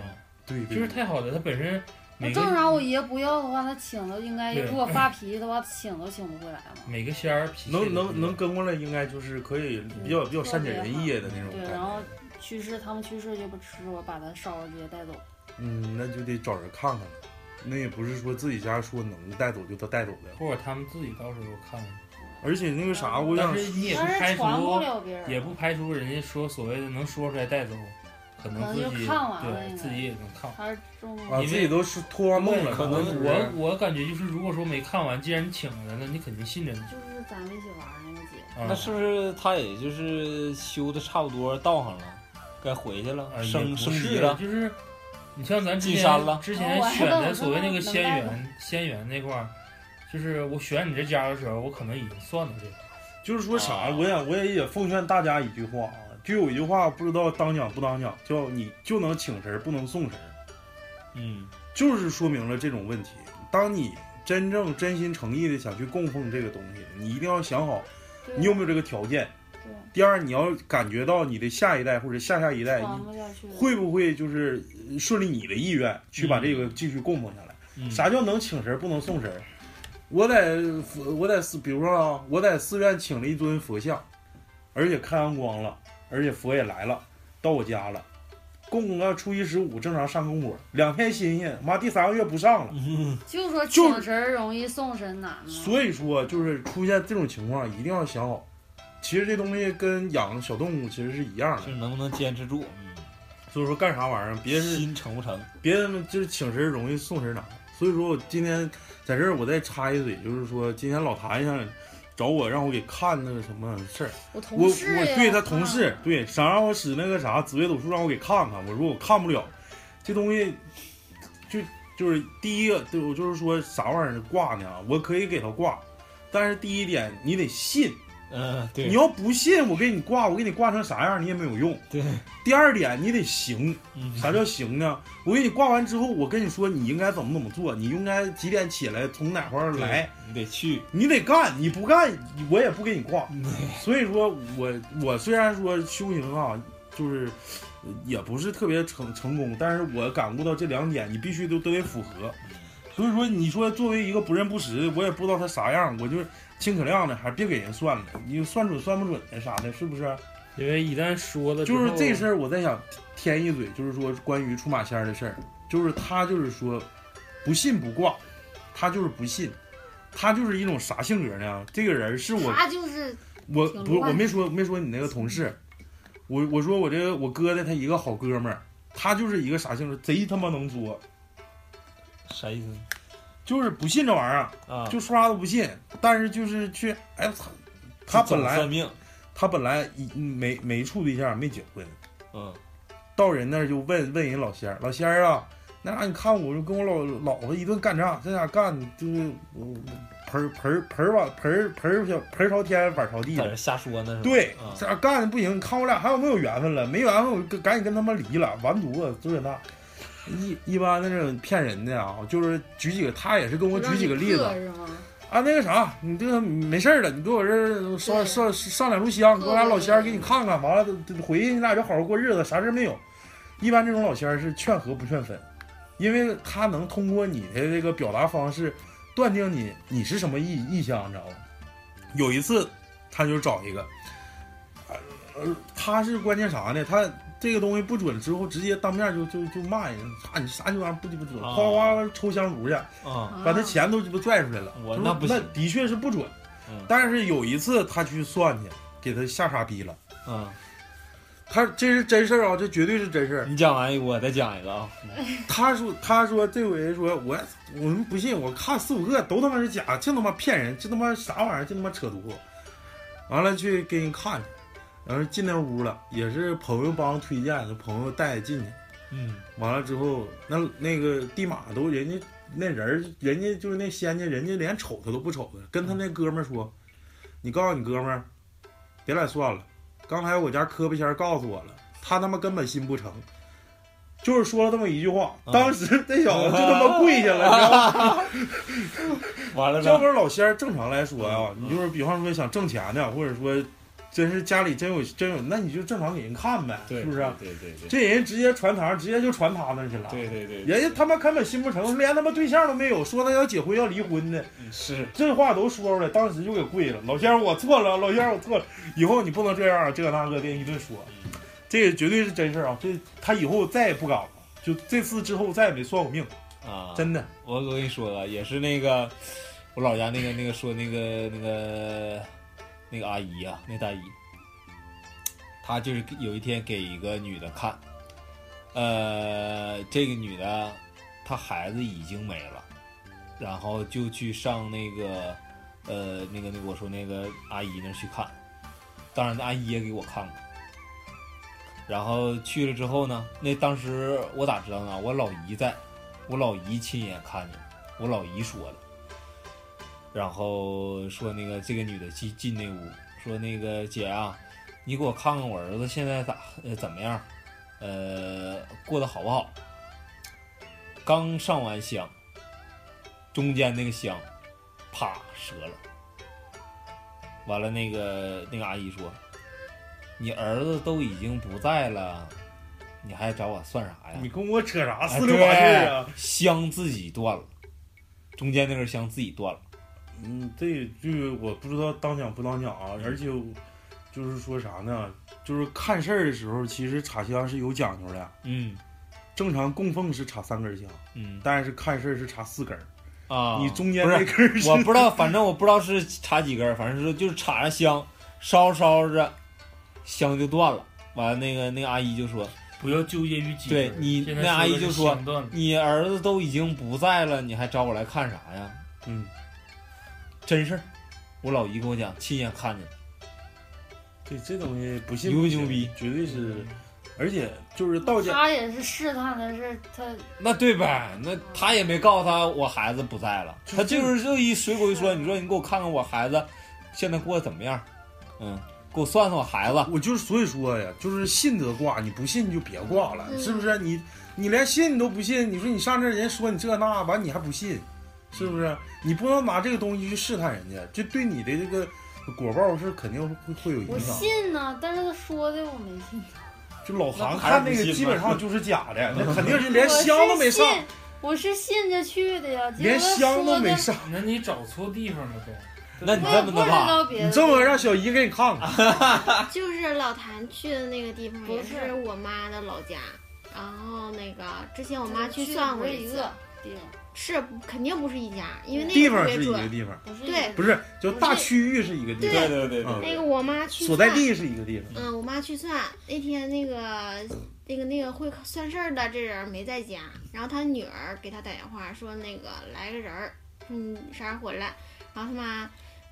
S6: 对，
S7: 对，对
S6: 就是太好了，他本身
S8: 那
S6: 每
S8: 正
S6: 个
S8: 常我爷不要的话，他请都应该，
S6: 对
S8: 如果发脾气的话，请都请不回来嘛。
S6: 每个仙儿脾气
S7: 能能能跟过来，应该就是可以比较比较善解人意的
S6: 嗯
S7: 那种
S8: 对，
S7: 感
S8: 然后
S7: 觉。
S8: 去世，他们去世就不吃我，把他烧了直接带走。
S7: 嗯，那就得找人看看了。那也不是说自己家说能带走就都带走的，
S6: 或者他们自己到时候看，
S7: 而且那个啥，我想
S6: 但是你也不
S8: 嗯但
S6: 排
S8: 是传不
S6: 除，
S8: 了别人，
S6: 也不排除人家说所谓的能说出来带走，可能自
S8: 可能
S6: 己
S8: 就看完了
S6: 对
S8: 应该
S6: 自己也能看。
S8: 他是中
S7: 啊，
S6: 因为
S7: 自己都是托完梦了，
S5: 可能是
S6: 我我感觉就是，如果说没看完，既然你请来了，那你肯定信着你。
S8: 就是咱们一起玩儿那个姐，
S6: 啊
S5: 那是不是他也就是修的差不多道行了，该回去了，
S6: 啊，也
S5: 升
S6: 不
S5: 升
S6: 是
S5: 级了，
S6: 就是你像咱之
S5: 进
S6: 前
S5: 山了
S6: 之前
S8: 哦
S6: 选
S8: 我还
S6: 的
S8: 懂
S6: 所谓那个仙
S8: 能带
S6: 缘仙缘那块儿，就是我选你这家的时候，我可能已经算到这个。
S7: 就是说啥，
S5: 啊
S7: 我想我也也奉劝大家一句话啊，就有一句话不知道当讲不当讲，叫你就能请神儿不能送神儿，
S5: 嗯，
S7: 就是说明了这种问题。当你真正真心诚意的想去供奉这个东西，你一定要想好
S8: 对
S7: 你有没有这个条件。
S8: 对
S7: 第二，你要感觉到你的下一代或者下下一代，
S8: 传
S7: 你
S8: 不下去的，
S7: 会不会就是呃顺利你的意愿去把
S5: 嗯
S7: 这个继续供奉下来？
S5: 嗯
S7: 啥叫能请神不能送神？我在佛我在寺，比如说啊，我在寺院请了一尊佛像，而且开完光了，而且佛也来了，到我家了，供个初一十五正常上供果，两天新鲜，妈第三个月不上了。
S8: 就说
S7: 就是
S8: 请神儿容易送神难嘛。
S7: 所以说，就是出现这种情况，一定要想好。其实这东西跟养小动物其实是一样
S5: 就
S7: 的，
S5: 是能不能坚持住，嗯
S7: 所以说干啥玩意儿，别是
S5: 心诚不诚，
S7: 别他妈就是请神容易送神难，所以说我今天在这儿我再插一嘴，就是说今天老谭想找我让我给看那个什么事儿，
S8: 我
S7: 我
S8: 同事呀，
S7: 我对他同事
S8: 啊
S7: 对想让我使那个啥紫微斗数让我给看看，我说我看不了，这东西就就是第一个，对我就是说啥玩意儿挂呢？我可以给他挂，但是第一点你得信，
S5: 嗯，对，
S7: 你要不信我给你挂，我给你挂成啥样你也没有用。
S5: 对，
S7: 第二点你得行，
S5: 嗯
S7: 啥叫行呢？我给你挂完之后，我跟你说你应该怎么怎么做，你应该几点起来，从哪块儿
S5: 对
S7: 来，
S5: 你得去，
S7: 你得干，你不干我也不给你挂。所以说我我虽然说修行啊，就是呃也不是特别成成功，但是我感悟到这两点，你必须都都得符合。所以说，你说作为一个不认不识，我也不知道他啥样，我就是尽可量的，还别给人算了，你算准算不准的啥的，是不是？
S6: 因为一旦说了之
S7: 就
S6: 后，
S7: 是这事儿，我在想添一嘴，就是说关于出马仙儿的事儿，就是他就是说不信不挂，他就是不信，他就是一种啥性格呢？这个人是我
S13: 他就是
S7: 我
S13: 挺
S7: 不，
S13: 乱
S7: 我没说没说你那个同事，我我说我这个我哥的他一个好哥们儿，他就是一个啥性格，贼他妈能作，
S5: 啥意思
S7: 就是不信这玩意儿，
S5: 啊？
S7: 就刷都不信，但是就是去，哎操，他
S5: 总
S7: 本来
S5: 算命，
S7: 他本来一没没处对象，没结婚，
S5: 嗯，
S7: 到人那儿就问问人老仙儿，老仙儿啊，那啥你看我就跟我老老婆一顿干仗，在家干就是我盆儿盆儿盆儿往盆儿盆儿小盆儿朝天碗朝地
S5: 在
S7: 的
S5: 这，瞎说呢是吧？
S7: 对
S5: 啊，
S7: 这样干的不行，你看我俩还有没有缘分了？没缘分，我就赶紧跟他们离了，完犊子，这那。一一般的这种骗人的啊，就是举几个，他也是跟我举几个例子
S8: 让你克是吗？
S7: 啊，那个啥，你这个没事儿了，你给我这儿上
S13: 对
S7: 上上两炷香，给我俩
S13: 对
S7: 老仙儿
S13: 对
S7: 给你看看，完了回去你俩就好好过日子，啥事儿没有。一般这种老仙儿是劝和不劝分，因为他能通过你的这个表达方式断定你你是什么意意向，你知道吗？有一次，他就找一个，呃，他是关键啥呢？他这个东西不准之后，直接当面就就就骂人，啊，你啥鸡巴玩意儿不不准，
S5: 啊
S7: 哗哗哗抽香炉去，
S5: 啊，
S7: 把他钱都鸡巴拽出来了。
S5: 我
S7: 他说
S5: 那
S7: 那
S5: 不行
S7: 的确是不准。
S5: 嗯
S7: 但是有一次他去算去，给他吓傻逼了。
S5: 嗯，
S7: 他这是真事儿啊，这绝对是真事儿。
S5: 你讲完一个，我再讲一个啊，
S7: 他说他说这回说我我们不信，我看四五个都他妈是假，净他妈骗人，这他妈啥玩意儿，净他妈扯犊子。完了去给人看去，然后进那屋了，也是朋友帮推荐的，朋友带进去。
S5: 嗯，
S7: 完了之后，那那个地马都人家那人儿，人家就是那仙家，人家连瞅他都不瞅他，跟他那哥们儿说：“你告诉你哥们儿，别来算了，刚才我家磕巴仙儿告诉我了，他他妈根本心不诚。”就是说了这么一句话，
S5: 啊
S7: 当时那小子就他妈跪下 了，你知道吗？
S5: 完了
S7: 这
S5: 呢？
S7: 会儿老仙儿正常来说啊，
S5: 嗯
S7: 你就是比方说想挣钱的，或者说真是家里真有真有，那你就正常给人看呗，
S5: 对，
S7: 是不啊是？
S5: 对对对对
S7: 这人直接传堂，直接就传他那儿去了。
S5: 对对对，
S7: 人家
S5: 对
S7: 他妈根本心不诚，连他妈对象都没有，说他要结婚要离婚的，
S5: 嗯是
S7: 这话都说出来，当时就给跪了。老先生，我错了，老先生，我错了，以后你不能这样，啊这个那个的一顿说，这个绝对是真事儿啊！这他以后再也不敢了，就这次之后再也没算过命，
S5: 啊，
S7: 真的。
S5: 我我跟你说啊，也是那个我老家那个那个说那个那个那个阿姨啊，那大姨，她就是有一天给一个女的看，呃，这个女的她孩子已经没了，然后就去上那个呃那个那个我说那个阿姨那儿去看，当然那阿姨也给我看过。然后去了之后呢，那当时我咋知道呢？我老姨在，我老姨亲眼看见，我老姨说的。然后说那个这个女的进进那屋，说那个姐啊，你给我看看我儿子现在咋呃怎么样，呃过得好不好？刚上完香，中间那个香，啪折了。完了那个那个阿姨说，你儿子都已经不在了，你还找我算啥呀？
S7: 你跟我扯啥
S5: 哎
S7: 四六八事儿啊？
S5: 对香自己断了，中间那根香自己断了。
S7: 嗯，这就是我不知道当讲不当讲啊，而且就是说啥呢？就是看事儿的时候，其实插香是有讲究的。
S5: 嗯
S7: 正常供奉是插三根香，
S5: 嗯
S7: 但是看事儿是插四根儿。
S5: 啊，
S7: 你中间
S5: 不
S7: 那
S5: 是，
S7: 根儿是
S5: 我不知道， 反正我不知道是插几根儿，反正是就是插上香，烧烧着，香就断了。完了，那个那个阿姨就说
S6: 不要纠结于几
S5: 对
S6: 分儿
S5: 你
S6: 现在
S5: 那阿姨
S6: 的是
S5: 就说
S6: 心段：“子
S5: 你儿子都已经不在了，你还找我来看啥呀？”
S7: 嗯，
S5: 真事儿，我老姨跟我讲，亲眼看见的。
S7: 对这东西不信
S5: 牛
S7: 不
S5: 不牛
S7: 行
S5: 逼
S7: 绝对是而且就是到家，
S8: 他也是试探的是他
S5: 那对呗，那他也没告诉他我孩子不在了，他就是就一水果一说，你说你给我看看我孩子现在过得怎么样，嗯，给我算算我孩子，
S7: 我就是所以说呀，就是信得挂，你不信你就别挂了，
S13: 嗯
S7: 是不是？你你连信你都不信，你说你上这儿人家说你这那，完你还不信，是不是？你不能拿这个东西去试探人家，这对你的这个果报是肯定会会有
S8: 我
S7: 影响。
S8: 信呢，但是他说的我没信。
S7: 就老
S5: 那
S7: 韩
S5: 不还是
S7: 看
S5: 不
S7: 那个
S5: 信
S7: 基
S5: 吗
S7: 本上就是假的， 那肯定是连香都没上，
S8: 我是信着去的呀，
S7: 连香都没
S8: 上。
S7: 上。
S6: 那你找错地方了呗。
S5: 那你
S8: 我
S5: 这
S8: 也
S5: 么
S8: 不
S5: 的
S8: 知
S5: 吧，
S8: 道别的。
S7: 你这么让小姨给你看看，
S13: 就是老谭去的那个地方，
S8: 不
S13: 也
S8: 是
S13: 是我妈的老家。然后那个之前我
S8: 我
S13: 妈去算过
S8: 不是
S13: 一
S8: 一
S13: 次
S8: 个，地方，
S13: 是肯定不是一家，因为那
S7: 地
S13: 个特
S7: 方
S13: 别
S7: 是一个
S13: 准。
S7: 地方，
S8: 不是
S13: 对
S7: 不是就大区域是一个地
S5: 对
S7: 方，
S5: 对对对，
S7: 嗯
S13: 那个我妈去
S7: 所
S13: 算，
S7: 在地是一个地方。
S13: 嗯，我妈去算那天那个那个那个会算事儿的这人没在家，然后他女儿给他打电话说那个来个人儿，嗯，啥时候回来？然后他妈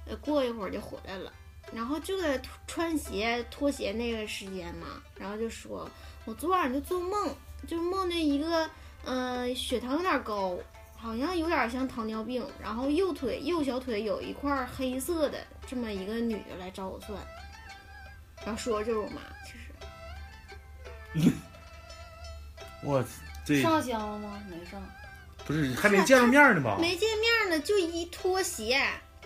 S13: 呃过一会儿就回来了，然后就在穿鞋脱鞋那个时间嘛，然后就说我昨晚就做梦，就梦见一个呃血糖有点高。好像有点像糖尿病，然后右腿右小腿有一块黑色的这么一个女的来找我算，然后说就是我妈，其实
S7: 我这
S8: 上香了吗？没上。
S7: 不是还没见着面呢吧？
S13: 没见面呢，就一脱鞋，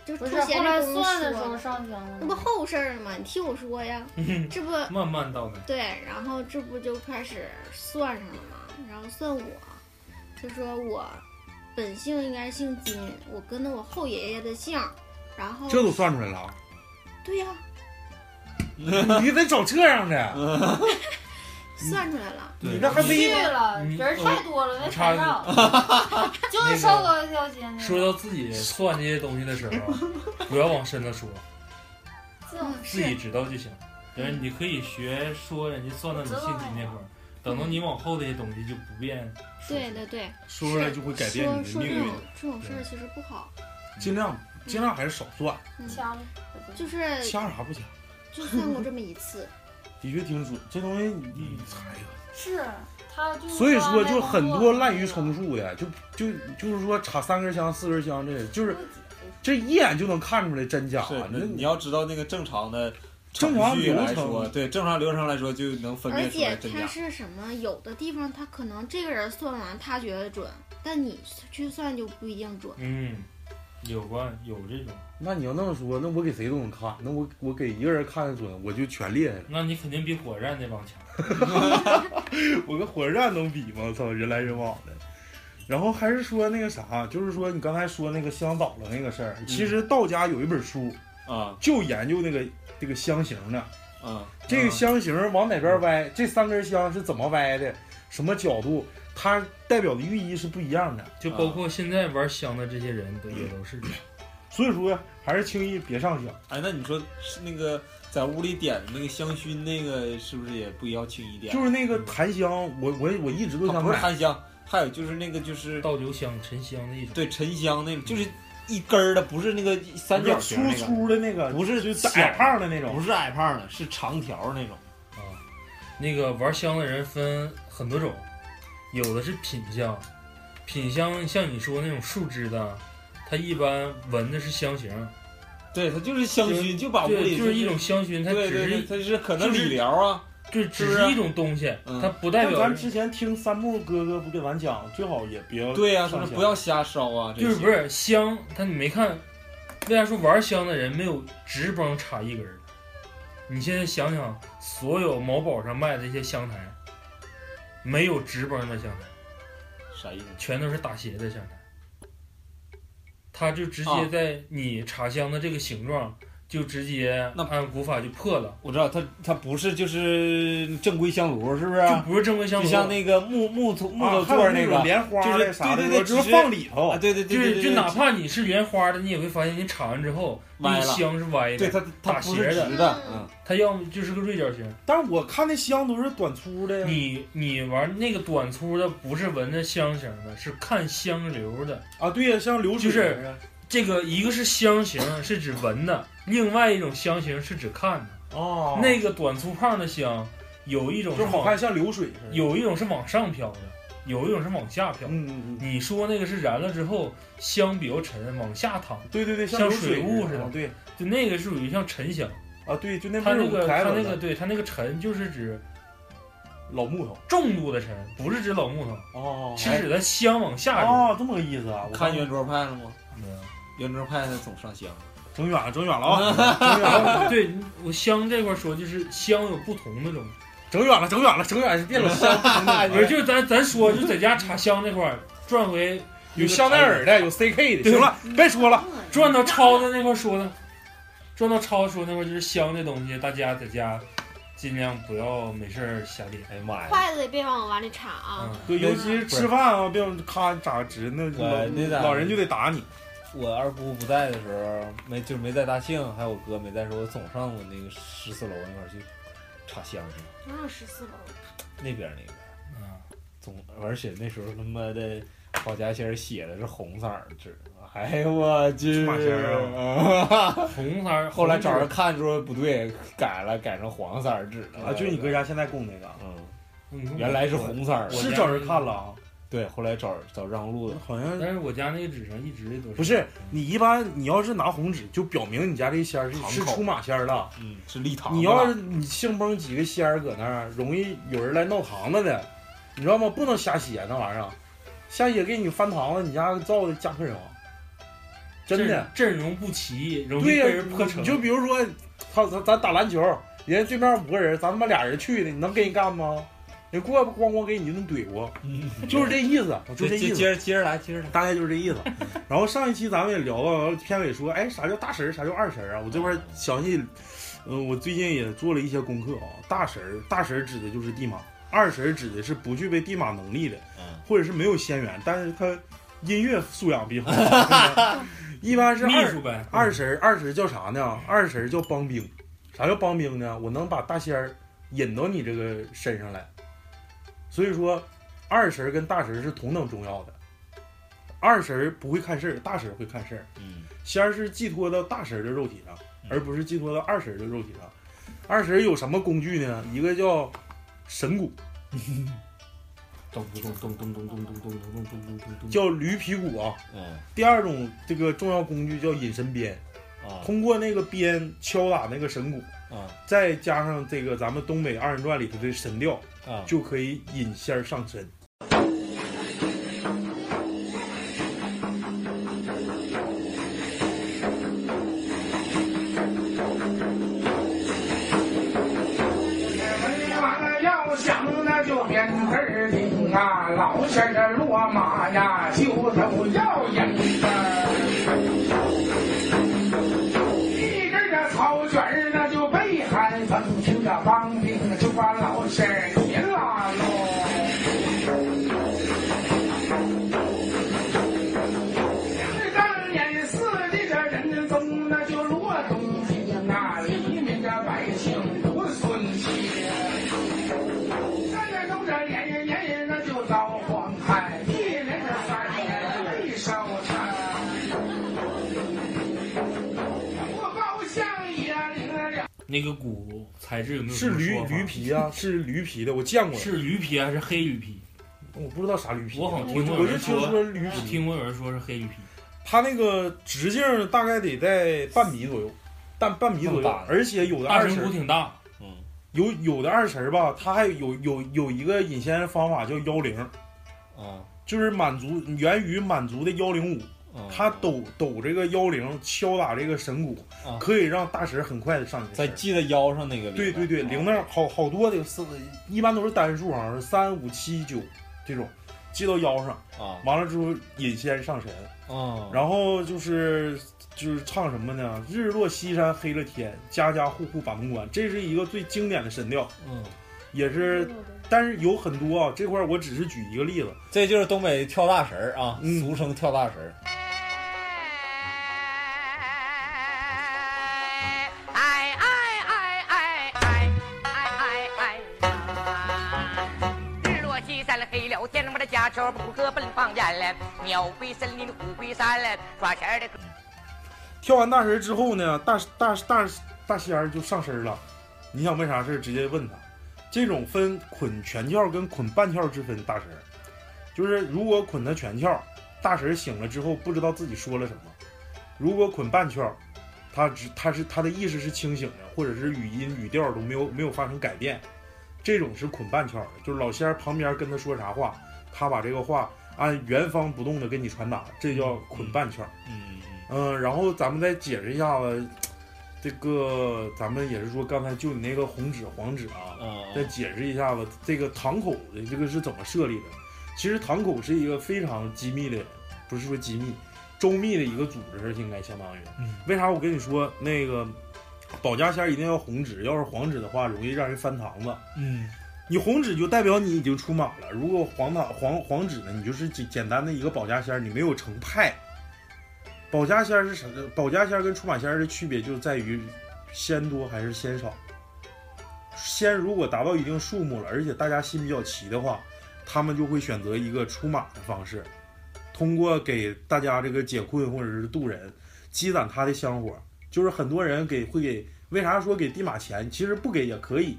S13: 就是
S8: 不
S13: 脱
S8: 是，
S13: 鞋
S8: 后来
S13: 这功夫
S8: 算的时
S13: 说
S8: 候
S13: 的
S8: 上香了
S13: 那不
S8: 吗？
S13: 后事儿了吗？你听我说呀，
S7: 嗯
S13: 这不
S6: 慢慢道来。
S13: 对，然后这不就开始算上了吗？然后算我，就说我本姓应该姓金，我跟着我后爷爷的姓儿，然后
S7: 这都算出来了啊，
S13: 对呀、
S7: 你得找这
S5: 嗯
S7: 样的，嗯
S13: 算出来了。
S7: 你那还没
S8: 去了，
S6: 嗯
S8: 人太多了，没
S6: 插一
S8: 排
S6: 句
S8: 上，就是烧高一条街 那个。
S6: 说到自己算这些东西的时候，啊不要往深了说，
S8: 这
S13: 嗯
S8: 种
S6: 自己知道就行。人你可以学说人家算到你心里那会儿，等到你往后这些东西就不便说
S13: 对对对，
S7: 说出来就会改变你
S13: 说
S7: 的
S13: 说
S7: 命
S13: 这
S7: 运
S13: 种，这种事儿其实不好，
S7: 尽量尽量还是少算，
S13: 嗯
S8: 掐了，
S13: 就是
S7: 掐啥不掐？
S13: 就算过这么一次，
S7: 的确挺准，这东西你哎呀，
S8: 是他就是
S7: 所以说就很多滥竽充数的，就就就是说插三根香、四根香，这就是这一眼就能看出来真假。
S5: 是
S7: 那
S5: 你要知道那个正常的
S7: 正常
S5: 程序来
S7: 流程
S5: 说，对正常流程来说就能分
S13: 而
S5: 辨出来
S13: 且
S5: 真
S13: 他
S5: 假。
S13: 是什么？有的地方他可能这个人算完他觉得准，但你去算就不一定准。
S6: 嗯，有关有这种，
S7: 那你要那么说，那我给谁都能看，那我我给一个人看的准，我就全厉害了。
S6: 那你肯定比火站那帮强。
S7: 我跟火车站能比吗？操，人来人往的。然后还是说那个啥，就是说你刚才说那个香倒了那个事儿，
S5: 嗯
S7: 其实道家有一本书
S5: 啊
S7: 就研究那个这个香型的，
S5: 啊
S7: 这个
S6: 嗯
S7: 香型往哪边歪，这三根香是怎么歪的，什么角度，它代表的寓意是不一样的。
S6: 就
S5: 啊
S6: 包括现在玩香的这些人都也都是这样。
S7: 所以说还是轻易别上香。
S5: 哎，那你说是那个在屋里点的那个香薰，那个是不是也不要轻易点？
S7: 就是那个檀香，我我我一直都
S5: 嗯它
S7: 想
S5: 不是
S7: 买，
S5: 檀香，还有就是那个就是
S6: 倒酒香、沉香的一种。
S5: 对沉香那种，就是一根儿的，不是那个三角
S7: 粗
S5: 形那个，
S7: 粗的那个，
S5: 不是就
S7: 就矮胖的那
S5: 不
S7: 种。
S5: 是矮胖的，是长条那种。
S6: 啊，那个玩香的人分很多种，有的是品香，品香像你说那种树枝的，它一般闻的是香型，
S5: 对，它就是香
S6: 就是
S5: 薰，就把屋
S6: 对，
S5: 里
S6: 就是一种香薰，它
S5: 对
S6: 只
S5: 对
S6: 是
S5: 对，
S6: 一
S5: 它是可能
S6: 就是
S5: 理疗啊，
S6: 对，只
S5: 是不是
S6: 是一种东西，
S5: 嗯
S6: 它不代
S7: 但
S6: 表
S7: 咱之前听三木哥哥不给咱讲，最好也别
S5: 对呀，
S7: 呃上
S5: 说
S7: 香
S5: 不要瞎烧啊，这
S6: 就是
S5: 些
S6: 不是香，它你没看，为啥说玩香的人没有直帮插一根儿的？你现在想想，所有某宝上卖的这些香台，没有直帮的香台。
S5: 啥意思？
S6: 全都是打斜的香台，它就直
S5: 啊
S6: 接在你茶香的这个形状，就直接
S5: 那
S6: 按古法就破了，
S5: 我知道它它不是就是正规香炉，是不是？
S6: 就不是正规香
S5: 啊就
S6: 炉，
S5: 像那个木木头木头
S7: 啊还
S5: 座
S7: 有
S5: 儿那
S7: 种
S5: 个
S7: 莲花
S5: 就是
S7: 的啥的，
S5: 对对对
S7: 我
S5: 只
S7: 就是放里头
S5: 啊，。对对对
S6: 就
S5: 对
S6: 是
S5: 对，
S6: 就
S5: 对
S6: 哪怕你是莲花的，你也会发现你插完之后，
S5: 歪
S6: 那
S5: 了
S6: 个香是歪
S5: 对
S6: 的，
S5: 它它
S6: 打
S5: 不
S6: 斜
S5: 是
S6: 的
S5: 直的，嗯，
S6: 它要么就是个锐角形。
S7: 但是我看那香都是短粗的呀。
S6: 你你玩那个短粗的，不是闻着香型的，是看香流的。
S7: 啊，对呀，像流水
S6: 就是
S7: 似的
S6: 这个一个是香型，是指闻的；另外一种香型是指看的。
S7: 哦，
S6: 那个短粗胖的香，有一种
S7: 就是好
S6: 往
S7: 看像流水似的。
S6: 有一种是往上飘的，有一种是往下飘。
S7: 嗯嗯嗯，
S6: 你说那个是燃了之后香比较沉，往下淌，
S7: 对对对，
S6: 像
S7: 流
S6: 水雾似的
S7: 啊对
S6: 就那个是属于像沉香。
S7: 啊对，就那味
S6: 它
S7: 儿
S6: 那
S7: 我
S6: 个
S7: 可爱
S6: 它
S7: 闻
S6: 那个
S7: 了
S6: 对它那个沉就是指
S7: 老木头
S6: 重度的沉，不是指老木头，
S7: 哦
S6: 是指它香往下流。
S7: 哦，这么个意思啊！我
S5: 看
S7: 刚
S5: 圆桌派了吗？
S6: 没有
S5: 圆桌派的总上香，
S7: 整远了，整远了啊！整远 了，
S6: 对我香这块说就是香有不同的种，
S7: 整远了，整远了，整远了！别
S5: 嗯
S7: 老香，
S6: 不是就咱咱说就在家插香这块儿转回
S7: 有香奈儿的，有 CK 的。行了，别说了，
S6: 转到超子那块儿说的，转到超子说那块儿就是香这东西，大家在家尽量不要没事儿瞎点。
S5: 哎呀妈呀！
S13: 筷子也别往我碗里插啊！
S6: 嗯，
S7: 对，尤其是吃饭啊，别咔咋直，那
S5: 对那
S7: 老
S5: 咋
S7: 老人就得打你。
S5: 我二姑不在的时候，没就是没在大庆，还有我哥没在的时候，我总上我那个十四楼那块儿去插香去，
S13: 哪有十四楼？
S5: 那边儿那边儿
S6: 嗯
S5: 总，而且那时候他妈的保家仙儿写的是红色儿纸，哎呦我去！
S7: 马仙
S5: 啊！
S6: 嗯红色儿。
S5: 后来找人看说不对，改了，改成黄色儿纸了
S7: 啊，就是你搁家现在供那个，
S5: 嗯，
S6: 红色儿，
S5: 原来是红色儿的，
S6: 我
S7: 是找人看了啊？
S5: 对，后来找找让路的，
S7: 好像
S6: 但是我家那个纸上一直都是
S7: 不是。你一般你要是拿红纸，就表明你家这仙儿是
S5: 堂口
S7: 是出马仙儿了。
S5: 嗯，是立堂的。
S7: 你要是你兴崩几个仙儿搁那儿，容易有人来闹堂子的，你知道吗？不能瞎写那玩意儿，瞎写给你翻堂子，你家造的家破人亡。啊真的，
S6: 阵阵容不齐，容易
S7: 对呀
S6: 被人破、城。
S7: 你就比如说，操，咱咱打篮球，人家对面五个人，咱他妈俩人去的，你能跟人干吗？你过来咣咣给你就能怼过，
S5: 嗯，
S7: 就是这意思，
S5: 接
S7: 就这意
S5: 接
S7: 思，
S5: 着接着来，接着来。
S7: 大概就是这意思。然后上一期咱们也聊到，片尾说，哎，啥叫大神儿，啥叫二神儿啊？我这边详细，嗯，我最近也做了一些功课啊。大神儿，大神儿指的就是地马，二神儿指的是不具备地马能力的，
S5: 嗯，
S7: 或者是没有仙缘，但是他音乐素养比较好。一般是
S6: 秘
S7: 二
S6: 书呗，
S7: 二神儿二神儿叫啥呢？二神儿叫帮兵。啥叫帮兵呢？我能把大仙儿引到你这个身上来。所以说，二神儿跟大神儿是同等重要的。二神儿不会看事儿，大神儿会看事儿。
S5: 嗯，
S7: 仙儿是寄托到大神儿的肉体上
S5: 嗯，
S7: 而不是寄托到二神儿的肉体上。二神儿有什么工具呢？一个叫神鼓，
S6: 咚咚咚咚咚咚咚咚咚咚咚咚咚。
S7: 叫驴皮鼓啊。
S5: 嗯
S7: 第二种这个重要工具叫引神鞭，
S5: 啊
S7: 通过那个鞭敲打那个神鼓，
S5: 啊
S7: 再加上这个咱们东北二人转里头的神调，
S5: 啊！
S7: 就可以引仙儿上身。
S3: 要想那就变字儿灵啊，老仙儿这落马呀，就都要赢啊。一根的草卷儿那就被寒风，听着梆兵就把老仙儿您拉喽。当年四的这仁宗，那就罗东京啊，黎民的百姓独孙气。三年都这连年那就遭荒旱，一连着三年被烧炭。我包相也领了两
S6: 那个鼓材质有没有
S7: 是
S6: 什么
S7: 驴
S6: 嗯说法
S7: 驴，皮 啊，是驴皮的，我见过，
S6: 是驴皮还是黑驴皮？
S7: 我不知道啥驴皮，啊
S6: 我好像听过
S7: 我
S6: 有
S7: 就
S6: 人
S7: 听
S6: 说
S7: 说驴
S6: 我
S7: 皮，
S6: 听过有人说是黑驴皮，
S7: 它那个直径大概得在半米左右，但半米
S5: 这么
S7: 左右
S5: 大，
S7: 而且有的
S6: 大
S7: 二
S6: 神鼓
S7: 神
S6: 挺大，
S5: 嗯
S7: 有有的二神儿吧，它还有有有一个引仙方法叫幺零，
S5: 啊
S7: 就是满族源于满族的幺零五，
S6: 哦
S5: 啊！
S7: 他抖抖这个幺零，敲打这个神鼓，
S6: 哦
S5: 啊
S7: 可以让大神很快的上你
S5: 在
S7: 的身。
S5: 系在腰上那个铃啊铛。
S7: 对对对，铃铛好好多的是，一般都是单数，好啊像是三五七九这种，系到腰上，
S5: 啊
S7: 完了之后引仙上神，
S5: 啊！
S7: 然后就是就是唱什么呢？日落西山黑了天，家家户户把门关，这是一个最经典的神调，
S5: 嗯，
S7: 也
S8: 嗯
S7: 是，但是有很多啊，这块儿我只是举一个例子，
S5: 这就是东北跳大神儿啊，
S7: 嗯
S5: 俗称跳大神儿。
S3: 哎哎哎哎哎哎哎哎！日落西山了，黑了天，我的家愁不哥奔放眼了，鸟归森林，虎归山了，抓钱的。
S7: 跳完大神之后呢，大大大大仙儿就上身了。你想问啥事儿，直接问他。这种分捆全跳跟捆半跳之分，大神儿，就是如果捆他全跳，大神儿醒了之后不知道自己说了什么；如果捆半跳，他只他是他的意识是清醒的，或者是语音语调都没有没有发生改变，这种是捆半跳的，就是老仙儿旁边跟他说啥话，他把这个话按原方不动的跟你传达，这叫捆半跳。
S5: 嗯
S7: 嗯，然后咱们再解释一下子，这个咱们也是说刚才就你那个红纸黄纸啊，
S5: 嗯
S7: 再解释一下子这个堂口的这个是怎么设立的。其实堂口是一个非常机密的，不是说机密，周密的一个组织，应该相当于。
S5: 嗯
S7: 为啥我跟你说那个保家仙儿一定要红纸，要是黄纸的话，容易让人翻堂子。
S5: 嗯
S7: 你红纸就代表你已经出马了，如果黄塔黄黄纸呢，你就是简简单的一个保家仙儿，你没有成派。保家仙儿是什么？保家仙儿跟出马仙儿的区别就在于仙多还是仙少。仙如果达到一定数目了，而且大家心比较齐的话，他们就会选择一个出马的方式，通过给大家这个解困或者是渡人，积攒他的香火。就是很多人给会给，为啥说给地马钱？其实不给也可以，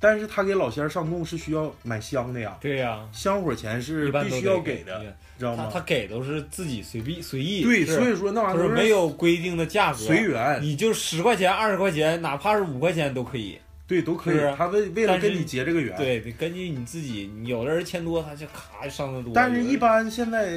S7: 但是他给老仙儿上供是需要买香的呀，
S5: 对呀，
S7: 香火钱
S5: 一
S7: 是
S5: 般
S7: 必
S5: 都
S7: 须
S5: 得
S7: 要给的，，知道
S5: 他
S7: 吗？
S5: 他给都是自己随便随意，
S7: 对，
S5: 是
S7: 所以说那玩意
S5: 就是
S7: 儿都
S5: 没有规定的价格，
S7: 随缘，
S5: 你就十块钱、二十块钱，哪怕是五块钱都可以。
S7: 对，都可以
S5: 是。啊
S7: 他为为了
S5: 但是
S7: 跟你结这个缘，
S5: 对，得根据你自己，你有的人钱多，他就咔上的多。
S7: 但是，
S5: 有的
S7: 一
S5: 人
S7: 般现在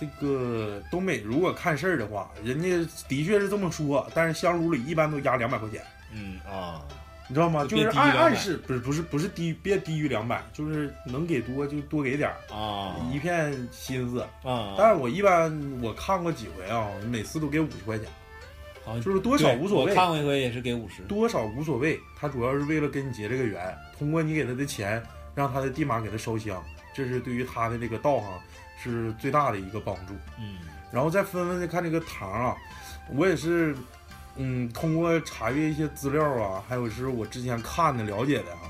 S7: 这个东北如果看事儿的话，人家的确是这么说，但是香炉里一般都压两百块钱，
S5: 嗯啊，
S7: 你知道吗？
S5: 就
S7: 就是
S5: 别低于
S7: 暗
S5: 200
S7: 暗示，不是不是不是低于，别低于两百，就是能给多就多给点儿，
S5: 啊
S7: 一片心思。
S5: 啊，
S7: 但是我一般我看过几回啊，每次都给五十块钱，
S5: 好像
S7: 就是多少
S5: 对
S7: 无所谓
S5: 我看过一回也是给五十，
S7: 多少无所谓，他主要是为了跟你结这个缘，通过你给他的钱，让他的地马给他烧香，这是对于他的这个道行是最大的一个帮助。
S5: 嗯
S7: 然后再分分的看这个糖啊，我也是，嗯，通过查阅一些资料啊，还有是我之前看的了解的啊，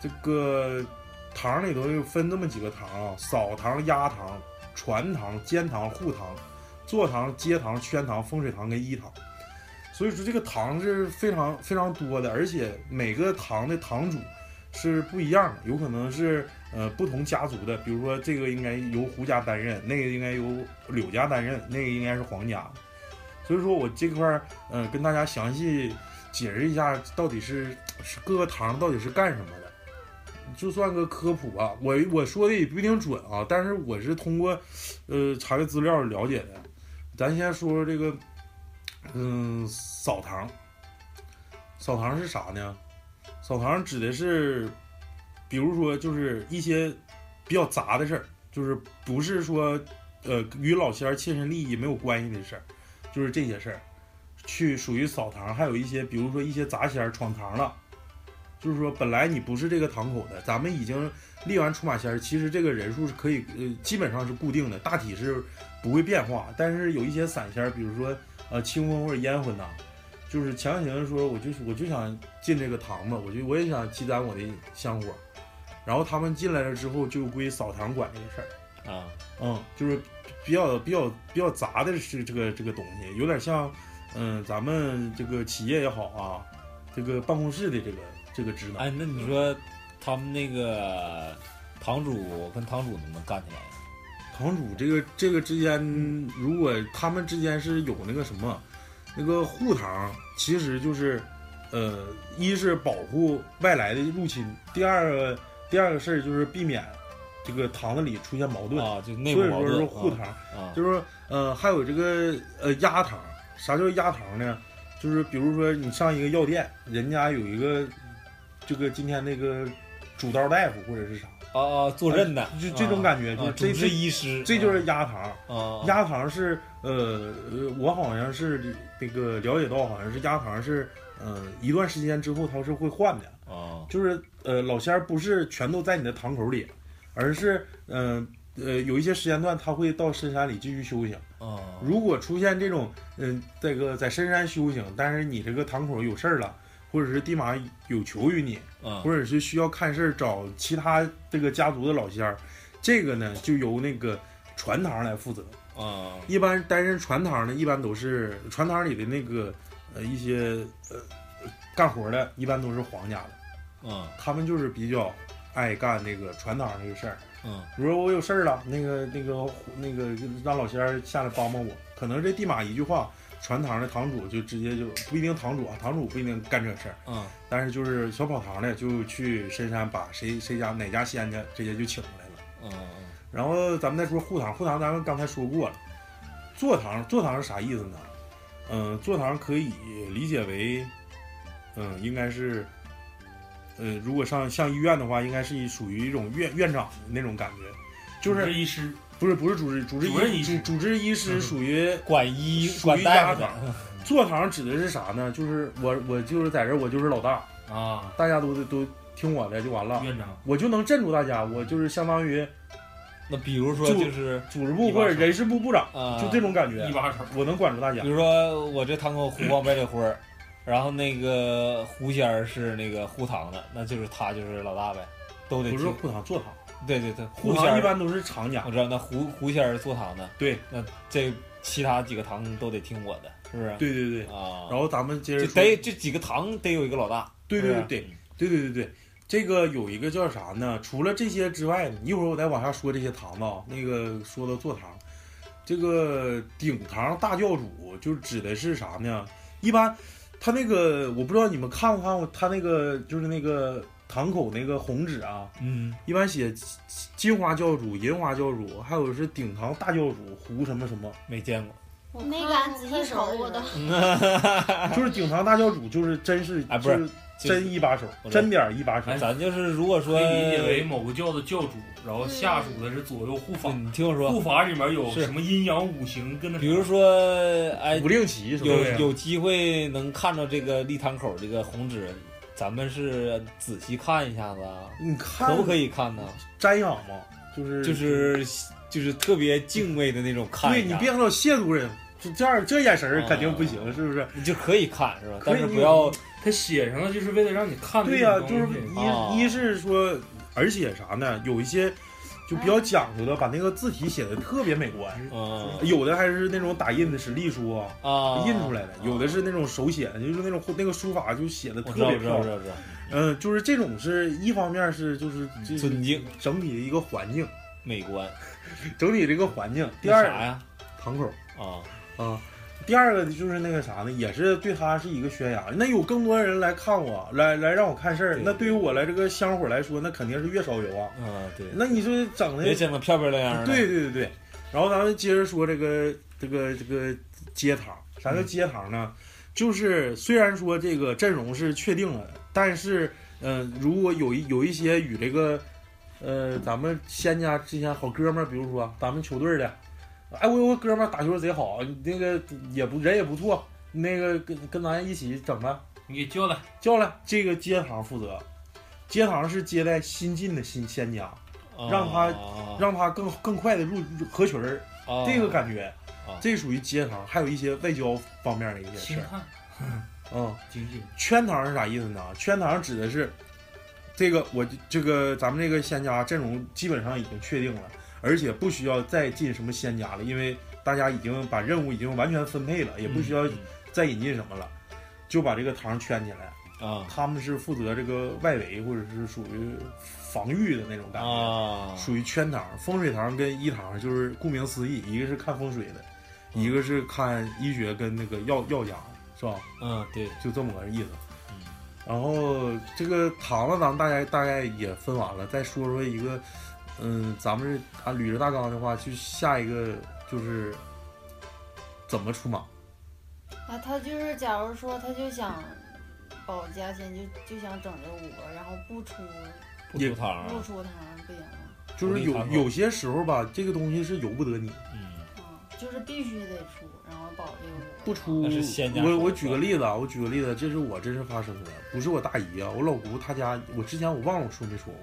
S7: 这个糖里头又分这么几个糖啊：扫糖、压糖、传糖、煎糖、护糖、坐糖、接糖、圈糖、风水糖跟一糖。所以说这个糖是非常非常多的，而且每个糖的堂主是不一样的，有可能是呃不同家族的，比如说这个应该由胡家担任，那个应该由柳家担任，那个应该是黄家。所以说我这块儿呃跟大家详细解释一下，到底是是各个堂到底是干什么的，就算个科普吧。我我说的也不一定准啊，但是我是通过呃查阅资料了解的。咱先说说这个嗯扫堂，扫堂是啥呢？扫堂指的是，比如说就是一些比较杂的事儿，就是不是说呃与老仙儿切身利益没有关系的事儿，就是这些事儿，去属于扫堂。还有一些，比如说一些杂仙儿闯堂了，就是说本来你不是这个堂口的，咱们已经立完出马仙儿，其实这个人数是可以呃基本上是固定的，大体是不会变化。但是有一些散仙儿，比如说呃清婚或者烟婚呐、就是强行说我就我就想进这个堂子，我就我也想积攒我的香火。然后他们进来了之后，就归扫堂管这个事儿。
S5: 啊，
S7: 嗯，就是比较比较比较杂的是这个这个东西，有点像，嗯，咱们这个企业也好啊，这个办公室的这个这个职能，
S5: 哎，那你说他们那个堂主跟堂主能不能干起来？
S7: 堂主这个这个之间，如果他们之间是有那个什么，那个护堂，其实就是，呃，一是保护外来的入侵，第二个第二个事儿就是避免这个堂子里出现矛盾，
S5: 啊，就内部
S7: 所以
S5: 矛
S7: 说是
S5: 盾
S7: 护堂。
S5: 啊，
S7: 就是说呃，还有这个呃压堂，啥叫压堂呢？就是比如说你上一个药店，人家有一个这个今天那个主刀大夫或者是啥，
S5: 啊啊，坐镇的，
S7: 就这种
S5: 啊
S7: 感觉，
S5: 啊
S7: 就是
S5: 主
S7: 这
S5: 治
S7: 这
S5: 医师，
S7: 这就是压堂。
S5: 啊
S7: 压堂是呃呃，我好像是这个了解到，好像是压堂是呃一段时间之后它是会换的，
S5: 啊
S7: 就是呃老仙儿不是全都在你的堂口里，而是嗯呃有一些时间段他会到深山里继续修行。
S5: 啊
S7: 如果出现这种，嗯，这个在深山修行，但是你这个堂口有事儿了，或者是地马有求于你，
S5: 啊
S7: 或者是需要看事儿找其他这个家族的老仙儿，这个呢就由那个传堂来负责。
S5: 啊
S7: 一般担任传堂的，一般都是传堂里的那个呃一些呃干活的，一般都是皇家的。
S5: 嗯
S7: 他们就是比较爱干那个传堂这个事儿。
S5: 嗯，
S7: 我说我有事儿了，那个那个那个让老仙儿下来帮帮我。可能这地马一句话，传堂的堂主就直接就不一定堂主啊，堂主不一定干这事儿，
S5: 嗯
S7: 但是就是小跑堂的就去深山把谁谁家哪家仙家直接就请来了。
S5: 嗯
S7: 然后咱们再说护堂，护堂咱们刚才说过了，坐堂坐堂是啥意思呢？嗯、坐堂可以理解为，嗯、应该是，呃，如果上像医院的话，应该是一属于一种院院长的那种感觉，就
S6: 主
S7: 是
S6: 治医师，
S7: 不是不是主治主治
S6: 主任医
S7: 主
S6: 师
S7: 主治医师
S6: 嗯
S7: 属于
S5: 管医
S7: 属
S5: 管
S7: 于
S5: 大
S7: 压
S5: 夫
S7: 堂
S5: 的，
S7: 坐堂指的是啥呢？就是我我就是在这儿我就是老大，
S6: 啊，
S7: 大家都得都听我的就完了，
S6: 院长，
S7: 我就能镇住大家，我就是相当于
S5: 那比如说
S7: 就
S5: 就是
S7: 组织部或者人事部部长，
S5: 啊，
S7: 就这种感觉。
S6: 一把手，
S7: 我能管住大家
S5: 比。如说我这堂口胡王白里灰儿，然后那个胡仙儿是那个护堂的，那就是他就是老大呗，都得
S7: 不是
S5: 听。
S7: 护堂坐堂，
S5: 对对对，
S7: 护
S5: 胡仙
S7: 堂一
S5: 儿
S7: 般都是厂家
S5: 我。知道，那胡胡仙儿坐堂的，
S7: 对，
S5: 那这其他几个堂都得听我的，是不是？
S7: 对对对。
S5: 啊，
S7: 然后咱们接着
S5: 就
S7: 说，
S5: 得这几个堂得有一个老大，
S7: 对对
S5: 是
S7: 对
S5: 吧
S7: 对对对对对，这个有一个叫啥呢？除了这些之外呢，一会儿我再往下说这些堂子啊。那个说到坐堂，这个顶堂大教主就指的是啥呢？一般他那个我不知道你们看没看过，他那个就是那个堂口那个红纸啊，
S5: 嗯
S7: 一般写金花教主、银花教主，还有是顶堂大教主胡什么什么。
S5: 没见过，
S8: 我
S13: 没
S8: 看
S13: 敢
S8: 过
S13: 仔
S8: 快
S13: 细
S8: 手
S13: 瞅
S8: 里
S13: 我都
S8: 边儿
S7: 就是顶堂大教主，就是真是
S5: 哎不是
S7: 就是
S5: 就是
S7: 真一把手，
S5: 我
S7: 真点儿一把手。
S5: 咱就是如果说
S6: 可以理解为某个教的教主，然后下属的是左右护
S7: 嗯
S6: 法，
S5: 嗯你听我
S6: 护
S5: 说，
S6: 法里面有
S5: 是
S6: 什么阴阳五行跟那，
S5: 比如说哎
S7: 五令旗是吧？
S5: 有
S6: 对呀
S5: 有机会能看到这个立堂口这个红纸，咱们是仔细看一下子啊，
S7: 你看
S5: 可不可以看呢？
S7: 瞻仰嘛？就是
S5: 就是就是特别敬畏的那种看
S7: 对
S5: 一
S7: 你
S5: 下，
S7: 别老亵渎人，就这样这眼神儿肯定不
S5: 啊
S7: 行，是不是？
S5: 你就可以看是吧？
S7: 可以
S5: 但是不要
S6: 他写上了就是为了让你看
S7: 对
S6: 那
S7: 呀、
S6: 种
S7: 就是
S6: 东西
S7: 一、
S5: 啊
S7: 一是说，而且啥呢？有一些就比较讲究的，把那个字体写的特别美观，
S5: 嗯
S7: 有的还是那种打印的实力书啊。
S5: 啊
S7: 印出来的，有的是那种手写的，就是那种那个书法就写的
S5: 我
S7: 特
S5: 知道，
S7: 别
S5: 我知
S7: 漂
S5: 道，我
S7: 亮
S5: 知。道，我知道，
S7: 嗯，就是这种是一方面是就是这
S5: 尊敬
S7: 整体的一个环境，
S5: 美观。
S7: 整体这个环境。第
S5: 那
S7: 二
S5: 啥呀？
S7: 堂口
S5: 啊，
S7: 啊，第二个就是那个啥呢，也是对他是一个宣扬。那有更多人来看我，来来让我看事儿，
S5: 对
S7: 那对于我来这个香火来说，那肯定是越烧越旺。
S5: 嗯，对，
S7: 那你说整的
S5: 别整的漂漂亮亮的。
S7: 对，对对对，然后咱们接着说这个这个这个街堂，啥叫街堂呢？就是虽然说这个阵容是确定了的，但是嗯、呃如果有一有一些与这个呃咱们仙家之前好哥们儿，比如说咱们球队的，哎，我有个哥们儿打球贼好，那个也不人也不错，那个跟跟咱一起整吧，
S6: 你给叫来，
S7: 叫来这个街堂负责。街堂是接待新进的新仙家，
S5: 啊
S7: 让他让他更更快的入入合群儿，
S5: 让
S7: 这个感觉
S5: 啊，
S7: 这属于街堂，还有一些外交方面的一些
S6: 星
S7: 事儿。
S6: 汉
S7: 嗯，
S6: 经济，
S7: 圈堂是啥意思呢？圈堂指的是这个我这个咱们这个仙家阵容基本上已经确定了，而且不需要再进什么仙家了，因为大家已经把任务已经完全分配了，也不需要
S5: 嗯
S7: 再引进什么了，就把这个堂圈起来。
S5: 啊
S7: 他们是负责这个外围或者是属于防御的那种感觉。
S5: 啊，
S7: 属于圈堂、风水堂跟医堂，就是顾名思义，一个是看风水的，
S5: 嗯
S7: 一个是看医学跟那个药药家，是吧？
S5: 嗯，对，
S7: 就这么个意思
S5: 嗯。
S7: 然后这个堂子咱们大概大概也分完了，再说说一个，嗯，咱们是按捋着大纲的话，就下一个就是怎么出马，
S8: 啊，他就是假如说他就想保家仙，就就想整这五个，然后不出
S5: 不
S7: 也
S5: 出堂啊，
S8: 不出堂不行啊，
S7: 就是
S5: 鼓励
S7: 有
S5: 堂口
S7: 有些时候吧，这个东西是由不得你，
S5: 嗯，
S8: 啊，就是必须得出，然后保这个五个。
S7: 不出
S5: 那是仙家
S7: 我
S5: 说
S7: 我
S5: 的
S7: 举个例子啊，我举个例子，这是我真实发生的，不是我大姨啊，我老姑她家，我之前我忘了我说没说过，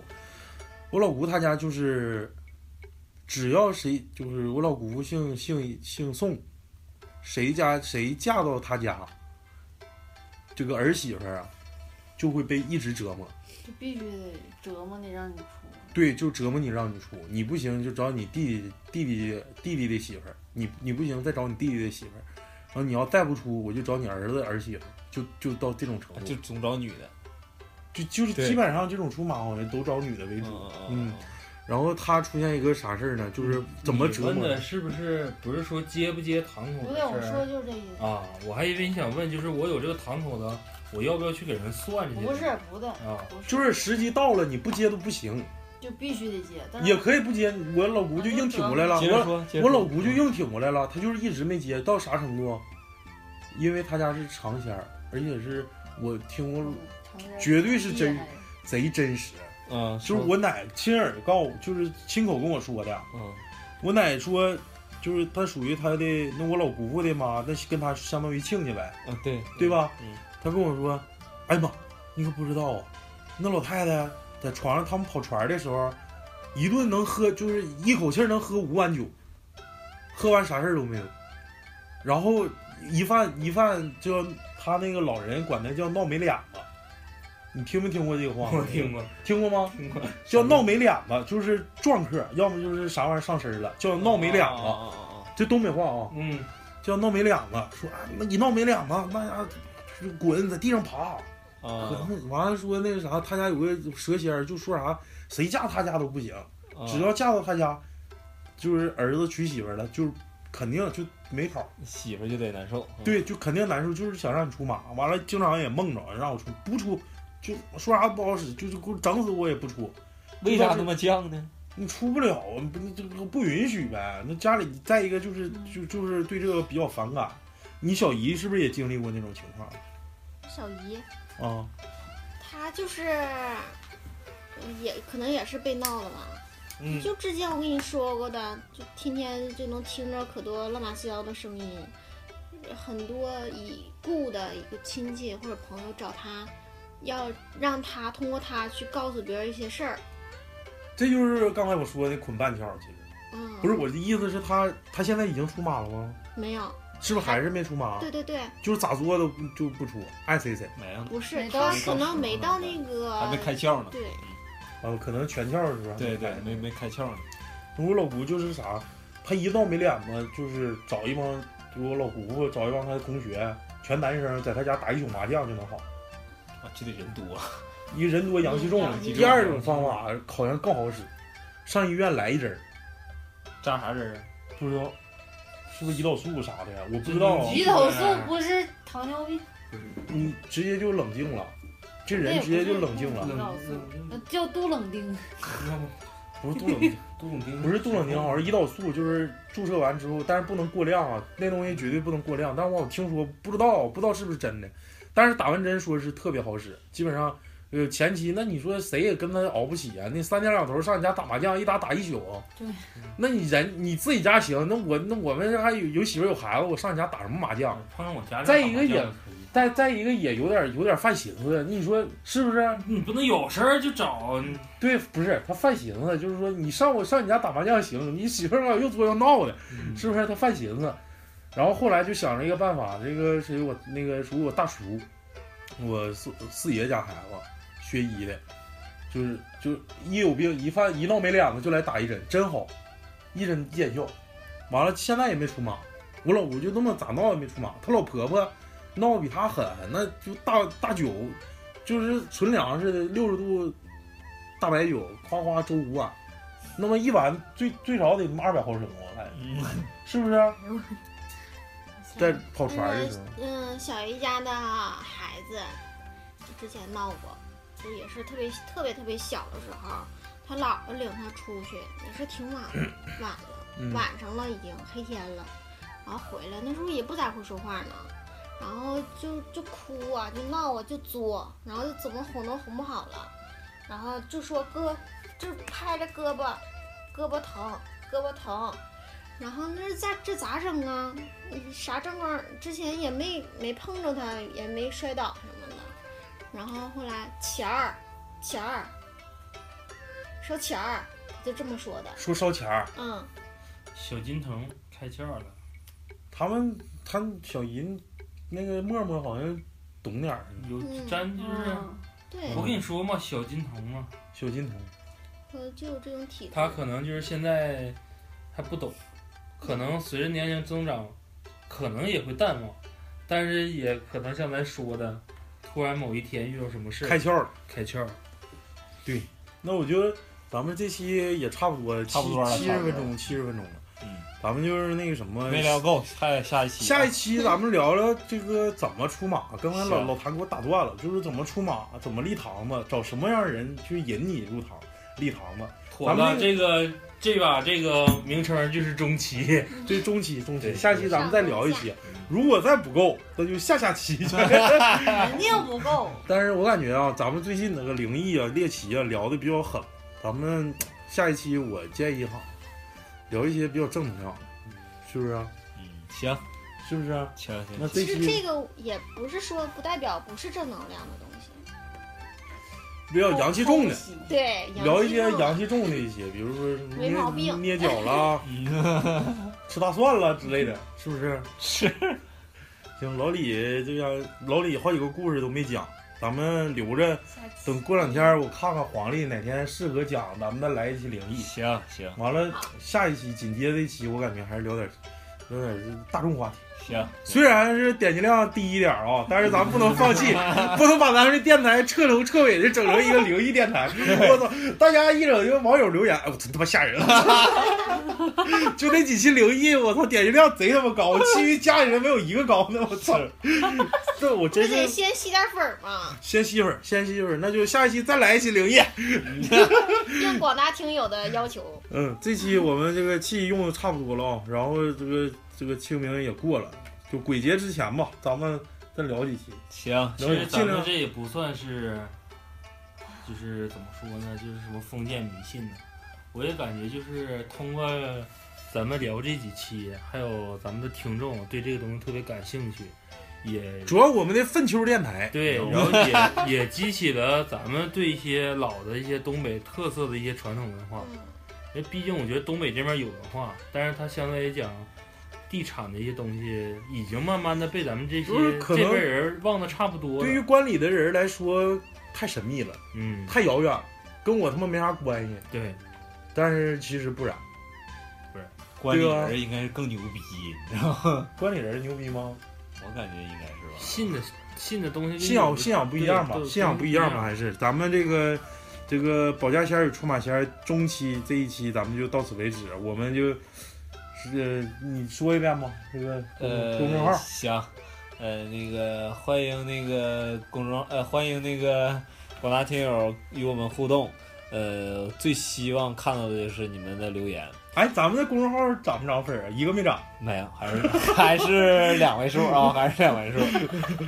S7: 我老姑她家就是，只要谁就是我老姑姓姓姓宋，谁家谁嫁到她家，这个儿媳妇儿啊，就会被一直折磨，
S8: 就必须得折磨你，让你出。
S7: 对，就折磨你，让你出，你不行就找你弟弟弟弟弟弟的媳妇儿，你你不行再找你弟弟的媳妇儿，然后你要再不出，我就找你儿子儿媳妇儿，就就到这种程度，
S5: 就总找女的，
S7: 就就是
S5: 对
S7: 基本上这种出马好像都找女的为主。
S5: 嗯
S7: 嗯，然后他出现一个啥事儿呢？就是怎么折
S6: 问
S7: 磨？
S6: 的是不是不是说接不接堂口的
S8: 不对，我
S6: 事
S8: 说的
S6: 儿
S8: 就是这意思。
S6: 啊？我还以为你想问，就是我有这个堂口的，我要不要去给人算去？
S8: 不是，不对，
S6: 啊，
S8: 不是，
S7: 就是时机到了，你不接都不行，
S8: 就必须得接，但是
S7: 也可以不接。我老姑就硬挺过来了，
S5: 接着
S7: 我
S5: 说，接着
S7: 我
S5: 说
S7: 老姑就硬挺过来了，她就是一直没接到啥程度，啊因为她家是尝鲜儿，而且是我
S8: 嗯
S7: 听过
S8: 常人
S7: 绝对是真
S8: 厉害
S7: 贼真实，
S5: 嗯，
S7: 就是我奶亲耳告我，就是亲口跟我说的。
S5: 嗯
S7: 我奶说，就是她属于她的那我老姑父的妈，那跟她相当于亲戚呗，
S5: 嗯对
S7: 对？吧？
S5: 嗯
S7: 她跟我说，哎呀妈，你可不知道啊，那老太太在床上他们跑船的时候，一顿能喝，就是一口气儿能喝五碗酒，喝完啥事儿都没有。然后一饭一饭就他那个老人管那叫闹没脸子，你听没听过这个话？
S6: 我听过，
S7: 听过吗？
S6: 听过，
S7: 叫闹没脸子，就是撞客，要么就是啥玩意儿上身儿了，叫闹没脸
S5: 啊
S6: 哦
S7: 子，
S5: 啊啊啊！
S7: 这东北话啊，
S6: 嗯，
S7: 叫闹没脸子。说啊，那一闹没脸子，那家伙就滚在地上爬，
S6: 哦
S7: 可
S5: 啊，
S7: 能完了说那个啥，他家有个蛇仙儿，就说啥谁嫁他家都不行，
S5: 啊
S6: 哦
S7: 只要嫁到他家，就是儿子娶媳妇儿了，就是肯定就没跑，
S6: 哦
S5: 媳妇儿就得难受。嗯，
S7: 对，就肯定难受，就是想让你出马，完了经常也梦着让我出，不出就说啥不好使，就是给我整死我也不出。
S5: 为啥那么犟呢？
S7: 你出不了，你不这个不允许呗。那家里再一个就是
S13: 嗯
S7: 就就是对这个比较反感。你小姨是不是也经历过那种情况
S13: 小姨
S7: 啊？
S13: 她就是，也可能也是被闹的吧。
S5: 嗯
S13: 就之前我跟你说过的，就天天就能听着可多乱七八糟的声音，很多已故的一个亲戚或者朋友找他，要让他通过他去告诉别人一些事儿。
S7: 这就是刚才我说的捆半条，其实
S13: 嗯，
S7: 不是我的意思是他他现在已经出马了吗？
S13: 没有，
S7: 是不是还是没出马？
S13: 对对对，
S7: 就是咋作都不就不出，爱谁谁。
S5: 没了，
S13: 不是
S8: 没到
S13: 他
S8: 那
S13: 可
S5: 个时
S13: 能
S5: 候
S13: 没
S5: 呢
S13: 到那
S5: 还没
S13: 个，
S5: 开窍呢。
S13: 对，
S7: 啊，可能全跳是不是？
S5: 对对，没。没开窍呢。
S7: 我老姑就是啥，她一闹没脸子，就是找一帮就我老姑父找一帮她的同学，全男生，在她家打一宿麻将就能好。
S5: 啊，这得人多。
S7: 一人多阳气重
S8: 阳。气重
S7: 第二种方法好像更好使，上医院来一针儿，
S5: 扎啥人啊？
S7: 不知道是不是胰岛素啥的呀？我不知道啊，
S8: 胰岛素不是糖尿病，
S7: 你直接就冷静了，这
S8: 那
S7: 人
S8: 也
S7: 直接
S8: 不
S7: 就是冷静
S8: 胰
S7: 了，
S5: 啊
S8: 岛素呃叫杜冷丁，
S7: 不是杜冷，
S6: 杜总兵
S7: 不是杜冷宁，好像胰岛素就是注射完之后，但是不能过量啊，那东西绝对不能过量。但是我听说不知道，不知道是不是真的，但是打完针说是特别好使，基本上。呃，前期那你说谁也跟他熬不起啊？那三天两头上你家打麻将，一打打一宿。啊
S8: 对，
S7: 那你人你自己家行，那我那我们还有有媳妇有孩子，我上你家打什么麻将？
S6: 碰上我家里
S7: 再一个
S6: 打麻将
S7: 也
S6: 可以
S7: 再再一个也有点有点犯寻思，你说是啊不是？
S6: 你嗯不能有事儿就找，
S7: 对，不是他犯寻思，就是说你上我上你家打麻将行，你媳妇儿吧又作又闹的，是不是？他犯寻思，然后后来就想了一个办法，这个谁我那个属于我大叔，我四四爷家孩子学医的，就是就一有病一犯一闹没脸子就来打一针，真好，一针见效，完了现在也没出马，我老姑就那么咋闹也没出马，她老婆婆闹得比她狠，那就大大酒，就是纯粮似的六十度大白酒，夸夸周五碗，那么一碗最最少得他妈二百毫升啊，我看是不是？在跑船的时候，
S13: 嗯，小姨家的孩子就之前闹过，就也是特别特别特别小的时候，他姥姥领他出去，也是挺晚的晚了，
S7: 嗯
S13: 晚上了已经黑天了，然后回来那时候也不咋会说话呢，然后就就哭啊，就闹啊，就作，然后就怎么哄都哄不好了，然后就说胳，就拍着胳膊，胳膊疼，胳膊疼，然后那咋这咋整啊？啥正光之前也没没碰着他，也没摔倒什么的。然后后来钱儿，钱儿，说钱儿，就这么说的。
S7: 说烧钱儿，
S13: 嗯，
S6: 小金童开窍了，
S7: 他们他小姨那个沫沫好像懂点儿，
S6: 有
S13: 嗯
S6: 咱就是
S8: 嗯，
S13: 对，
S6: 我跟你说嘛，小金童嘛，
S7: 小金童，
S13: 我就有这种体质。
S6: 他可能就是现在还不懂，可能随着年龄增长，可能也会淡忘，但是也可能像咱说的，突然某一天遇到什么事儿
S7: 开窍了。
S6: 开窍儿，
S7: 那我觉得咱们这期也差不多，
S5: 差不多了
S7: 七
S5: 差
S7: 十
S5: 不多
S7: 分
S5: 了
S7: 钟，七十分钟了。
S5: 嗯，
S7: 咱们就是那个什么，
S5: 没聊够，下下一期，
S7: 下一期咱们聊聊这个怎么出马。刚才老
S5: 行
S7: 老谭给我打断了，就是怎么出马，怎么立堂子，找什么样的人去引你入堂立堂子。
S6: 妥
S7: 咱
S6: 了。
S7: 们
S6: 这个这把这个名称就是中期，
S13: 嗯
S7: 这中期中期，
S6: 对
S7: 下期咱们再聊一期。如果再不够，那就下 下期。
S8: 肯定不 够。
S7: 但是我感觉啊，咱们最近那个灵异啊、猎奇啊聊的比较狠，咱们下一期我建议哈，聊一些比较正能量的，是不是啊？
S5: 嗯，行，
S7: 是不是啊？
S5: 行行，
S7: 那这
S13: 其实
S7: 期
S13: 这个也不是说不代表不是正能量的东西，
S7: 比较阳气重的，
S13: 对，
S7: 聊一些
S13: 气重
S7: 阳气重的一些，比如说
S13: 没毛
S7: 捏
S13: 病
S7: 捏脚啦、 吃大蒜啦之类的，是不是？
S5: 是，
S7: 行，老李这样，老李好几个故事都没讲，咱们留着等过两天我看看黄历哪天适合讲，咱们再来一期灵异。
S5: 行行
S7: 完了，下一期紧接着一期，我感觉还是聊点聊点大众话题。
S5: 行，
S7: 虽然是点击量低一点儿啊，但是咱们不能放弃， 不能把咱们这电台彻头彻尾的整成一个灵异电台。我操，大家一整就网友留言，哎我真他妈吓人了。 就那几期灵异，我操，点击量贼他妈高，我其余家里人没有一个高的，我操。 这我
S13: 不
S7: 真
S13: 得
S7: 是
S13: 先吸点粉儿嘛，
S7: 先吸粉儿，先吸粉儿，那就下一期再来一期灵异。
S13: 应广大听友的要求。
S7: 嗯，这期我们这个气用的差不多了啊，然后这个这个清明也过了，就鬼节之前吧，咱们再聊几期。
S5: 行，
S6: 其
S7: 聊
S6: 实
S7: 几
S6: 咱
S7: 尽
S6: 们
S7: 量
S6: 这也不算是，就是怎么说呢，就是什么封建迷信呢？我也感觉就是通过咱们聊这几期，还有咱们的听众对这个东西特别感兴趣，也
S7: 主要我们的粪丘电台，
S6: 对，然后 也也激起了咱们对一些老的一些东北特色的一些传统文化。
S13: 嗯，
S6: 因为毕竟我觉得东北这边有文化，但是它相对来讲，地产的一些东西已经慢慢的被咱们这些
S7: 就是可
S6: 这
S7: 能
S6: 辈人忘的差不多
S7: 对于
S6: 了。
S7: 观里的人来说太神秘了，
S6: 嗯，
S7: 太遥远了，跟我他妈没啥关系。
S6: 对，
S7: 但是其实不然，
S5: 管理
S7: 对啊
S5: 人应该是更牛逼，然后
S7: 观里人牛逼吗？
S5: 我感觉应该是吧，
S6: 信的信的东西跟
S7: 信仰
S6: 有的
S7: 信仰不一样吧
S6: 对？对
S7: 信仰不一样
S6: 都
S7: 吧？还是咱们这个这个保家仙儿与出马仙儿中期这一期咱们就到此为止，我们就。是你说一遍吧，这个公
S5: 呃，
S7: 公众号，
S5: 行，呃，那个欢迎那个公众，呃，欢迎那个广大听友与我们互动，呃，最希望看到的就是你们的留言，
S7: 哎，咱们的公众号涨没涨粉儿啊？一个没涨。
S5: 没有，还 是还是两位数啊，还是两位数，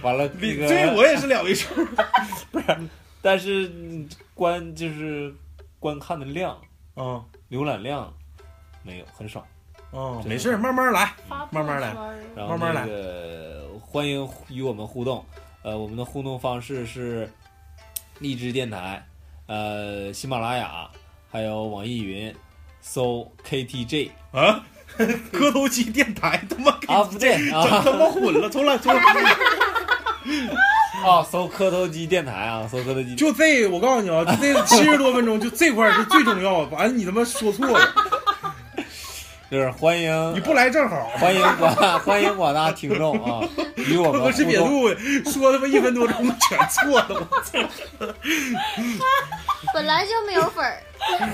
S5: 完了那个，
S7: 对，我也是两位 数。
S5: 但是嗯观就是观看的量，
S7: 嗯
S5: 浏览量没有很少，
S7: 嗯，
S5: 对
S7: 没事儿，慢慢来。
S8: 发
S7: 慢慢来
S8: 朋友圈儿
S5: 然后
S7: 慢慢
S5: 那个欢迎与我们互动，呃，我们的互动方式是荔枝电台、呃喜马拉雅，还有网易云，搜 KTJ
S7: 啊，磕头机电台，他妈给
S5: 啊，不对
S7: 整
S5: 啊
S7: 他妈混了，重来重 来。
S5: 啊，搜磕头机电台啊，搜磕头机，
S7: 就这，我告诉你啊，就这七十多分钟，就这块儿是最重要的。完，你他妈说错了，
S5: 就是欢
S7: 你
S5: 迎
S7: 不来正好。
S5: 欢迎广 大欢迎广大听众啊，与哎我们
S7: 我是
S5: 互
S7: 别
S5: 动。
S7: 录的，说他妈一分多钟全错了。
S13: 本来就没有粉儿，
S5: 行行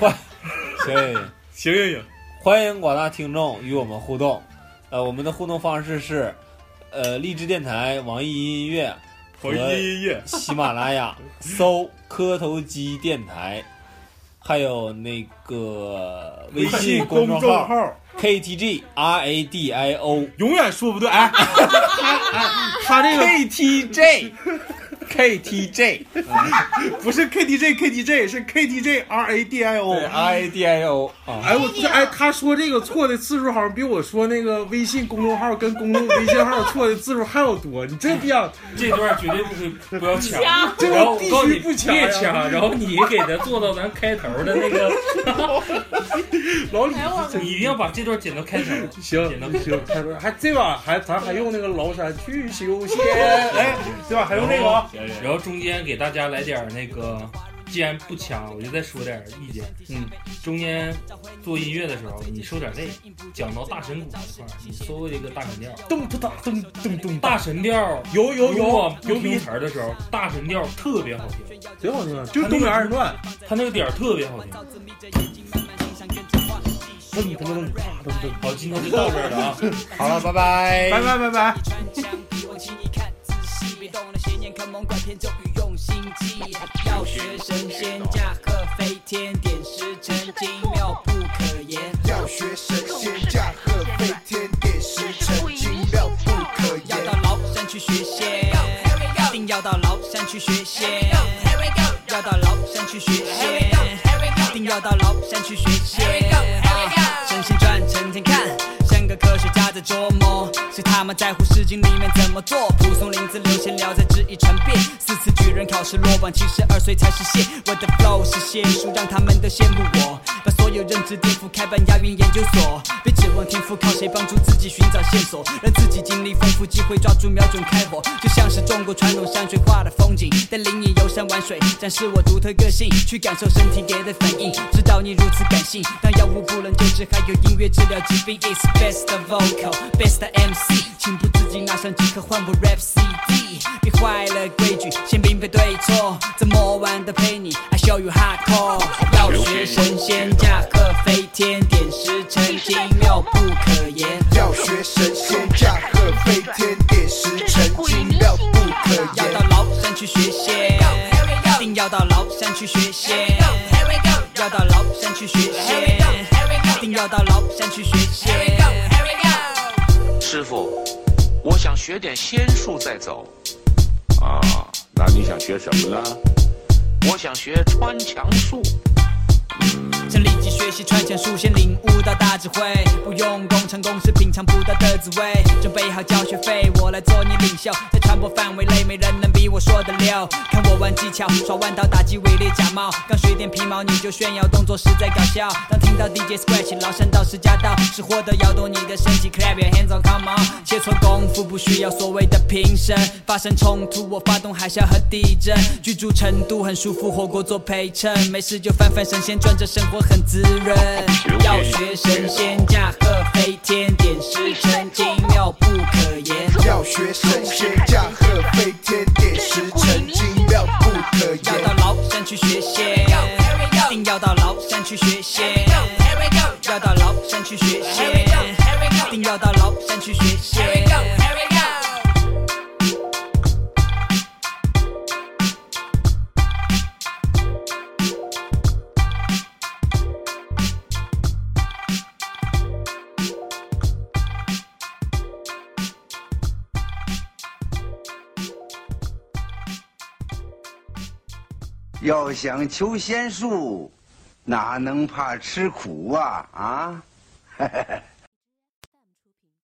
S5: 行。
S7: 行行行，
S5: 欢迎广大听众与我们互动。呃，我们的互动方式是，呃，荔枝电台、网易音乐
S7: 我
S5: 和
S7: 音乐
S5: 喜马拉 雅搜“磕头机电台”，还有那个微信公众
S7: 公众
S5: 号
S7: 号
S5: KTG R A D I O
S7: 永远说不 对。哎，他这个
S5: KTJ KTJ
S7: 不是 K D J K D J，是 K D J R A D I O。
S5: R A D I O 啊，
S7: 哎，我这哎，他说这个错的次数好像比我说那个微信公众号跟公众微信号错的次数还要多。你这逼样，
S6: 这段绝对不会不要抢，
S7: 这
S6: 然后
S7: 个
S6: 我
S7: 必
S6: 告诉
S7: 须
S6: 你
S7: 不抢
S6: 别
S7: 呀！
S6: 抢，然后你给他做到咱开头的那个，
S7: 老李
S8: 哎我
S6: 你一定要把这段剪到开头。
S7: 行
S6: 剪刀
S7: 行，太多了还这把还咱还用那个崂山去 修仙，哎，这把还用那个啊
S6: 然后中间给大家来点那个既然不抢，我就再说点意见。
S5: 嗯，
S6: 中间做音乐的时候，你受点累，讲到大神鼓那块儿，你搜一个大神调，
S7: 咚不哒咚咚咚
S6: 大神调
S7: 有有
S6: 如果
S7: 有
S6: 不
S7: 有
S6: 听
S7: 比
S6: 词儿的时候，大神调特别好听，
S7: 贼好听，就是东北二人转，
S6: 它那个点儿特别好听。
S7: 噔噔噔啪噔噔，
S6: 好，今天就到这儿了啊。
S5: 好了，拜拜，
S7: 拜拜拜拜。
S4: 穿墙壁，我请你看仔细，别动我的邪念，看猛拐骗咒语用心计。要学神仙驾鹤飞天，点石成金，妙不可言。
S14: 要学神仙驾鹤飞天，点石成金，妙不可
S4: 要
S14: 言
S4: 到。崂山去学仙，一定要到崂山去学仙，要到崂山去学仙，一定要到崂山去学仙。神仙转成天看，像个科学家在琢磨，谁他妈在乎《诗经》里面怎么做？蒲松龄自刘闲聊在质疑传遍，四次举人考试落榜，七十二岁才实现。我的 flow 是仙术，让他们都羡慕我，把所有认知颠覆，开办押韵研究所。别指望天赋，靠谁帮助自己寻找线索，让自己经历丰富，机会抓住瞄准开火。就像是中国传统山水画的风景，带领你游山玩水，展示我独特个性，去感受身体给的反应，知道你如此感性。当药物不能救治，还有音乐治疗疾病。It's best vocal, best MC，情不自禁拿上即可换部 rap CD。别坏了规矩，先明白对错，怎么玩都陪你，I show you hardcore。要学神仙驾鹤飞天，点石成金，妙不可言。
S14: 要学神仙驾鹤飞天，点石成金，妙不可
S4: 要
S14: 言
S4: 到。崂山去学仙，一定要到崂山去学仙，要到崂山去学仙，一定要到崂山去学仙。
S15: 师傅，我想学点仙术再走。啊，那你想学什么呢？我想学穿墙术。
S4: 想立即学习穿墙术，先领悟到大智慧，不用功成功是品尝不到的滋味。准备好交学费，我来做你领袖，在传播范围内没人能比我说的溜。看我玩技巧，耍弯刀打击伪劣假冒，刚学点皮毛你就炫耀动作实在搞笑。当听到 DJ scratch 崂山道士驾到，是获得摇动你的身体，clap your hands on come on，切磋功夫不需要所谓的评审，发生冲突我发动海啸和地震，居住成都很舒服，火锅做陪衬，没事就翻翻神仙传，这生活很滋润。要学神仙驾鹤飞天，点石成金，妙不可言。
S14: 要学神仙驾鹤飞天，点石成金，妙不可
S4: 要
S14: 言。
S4: 到崂山去学仙，一定要到崂山去学仙，要到崂山去学仙，一定要到崂山去学仙。
S14: 要想求仙术，哪能怕吃苦啊啊！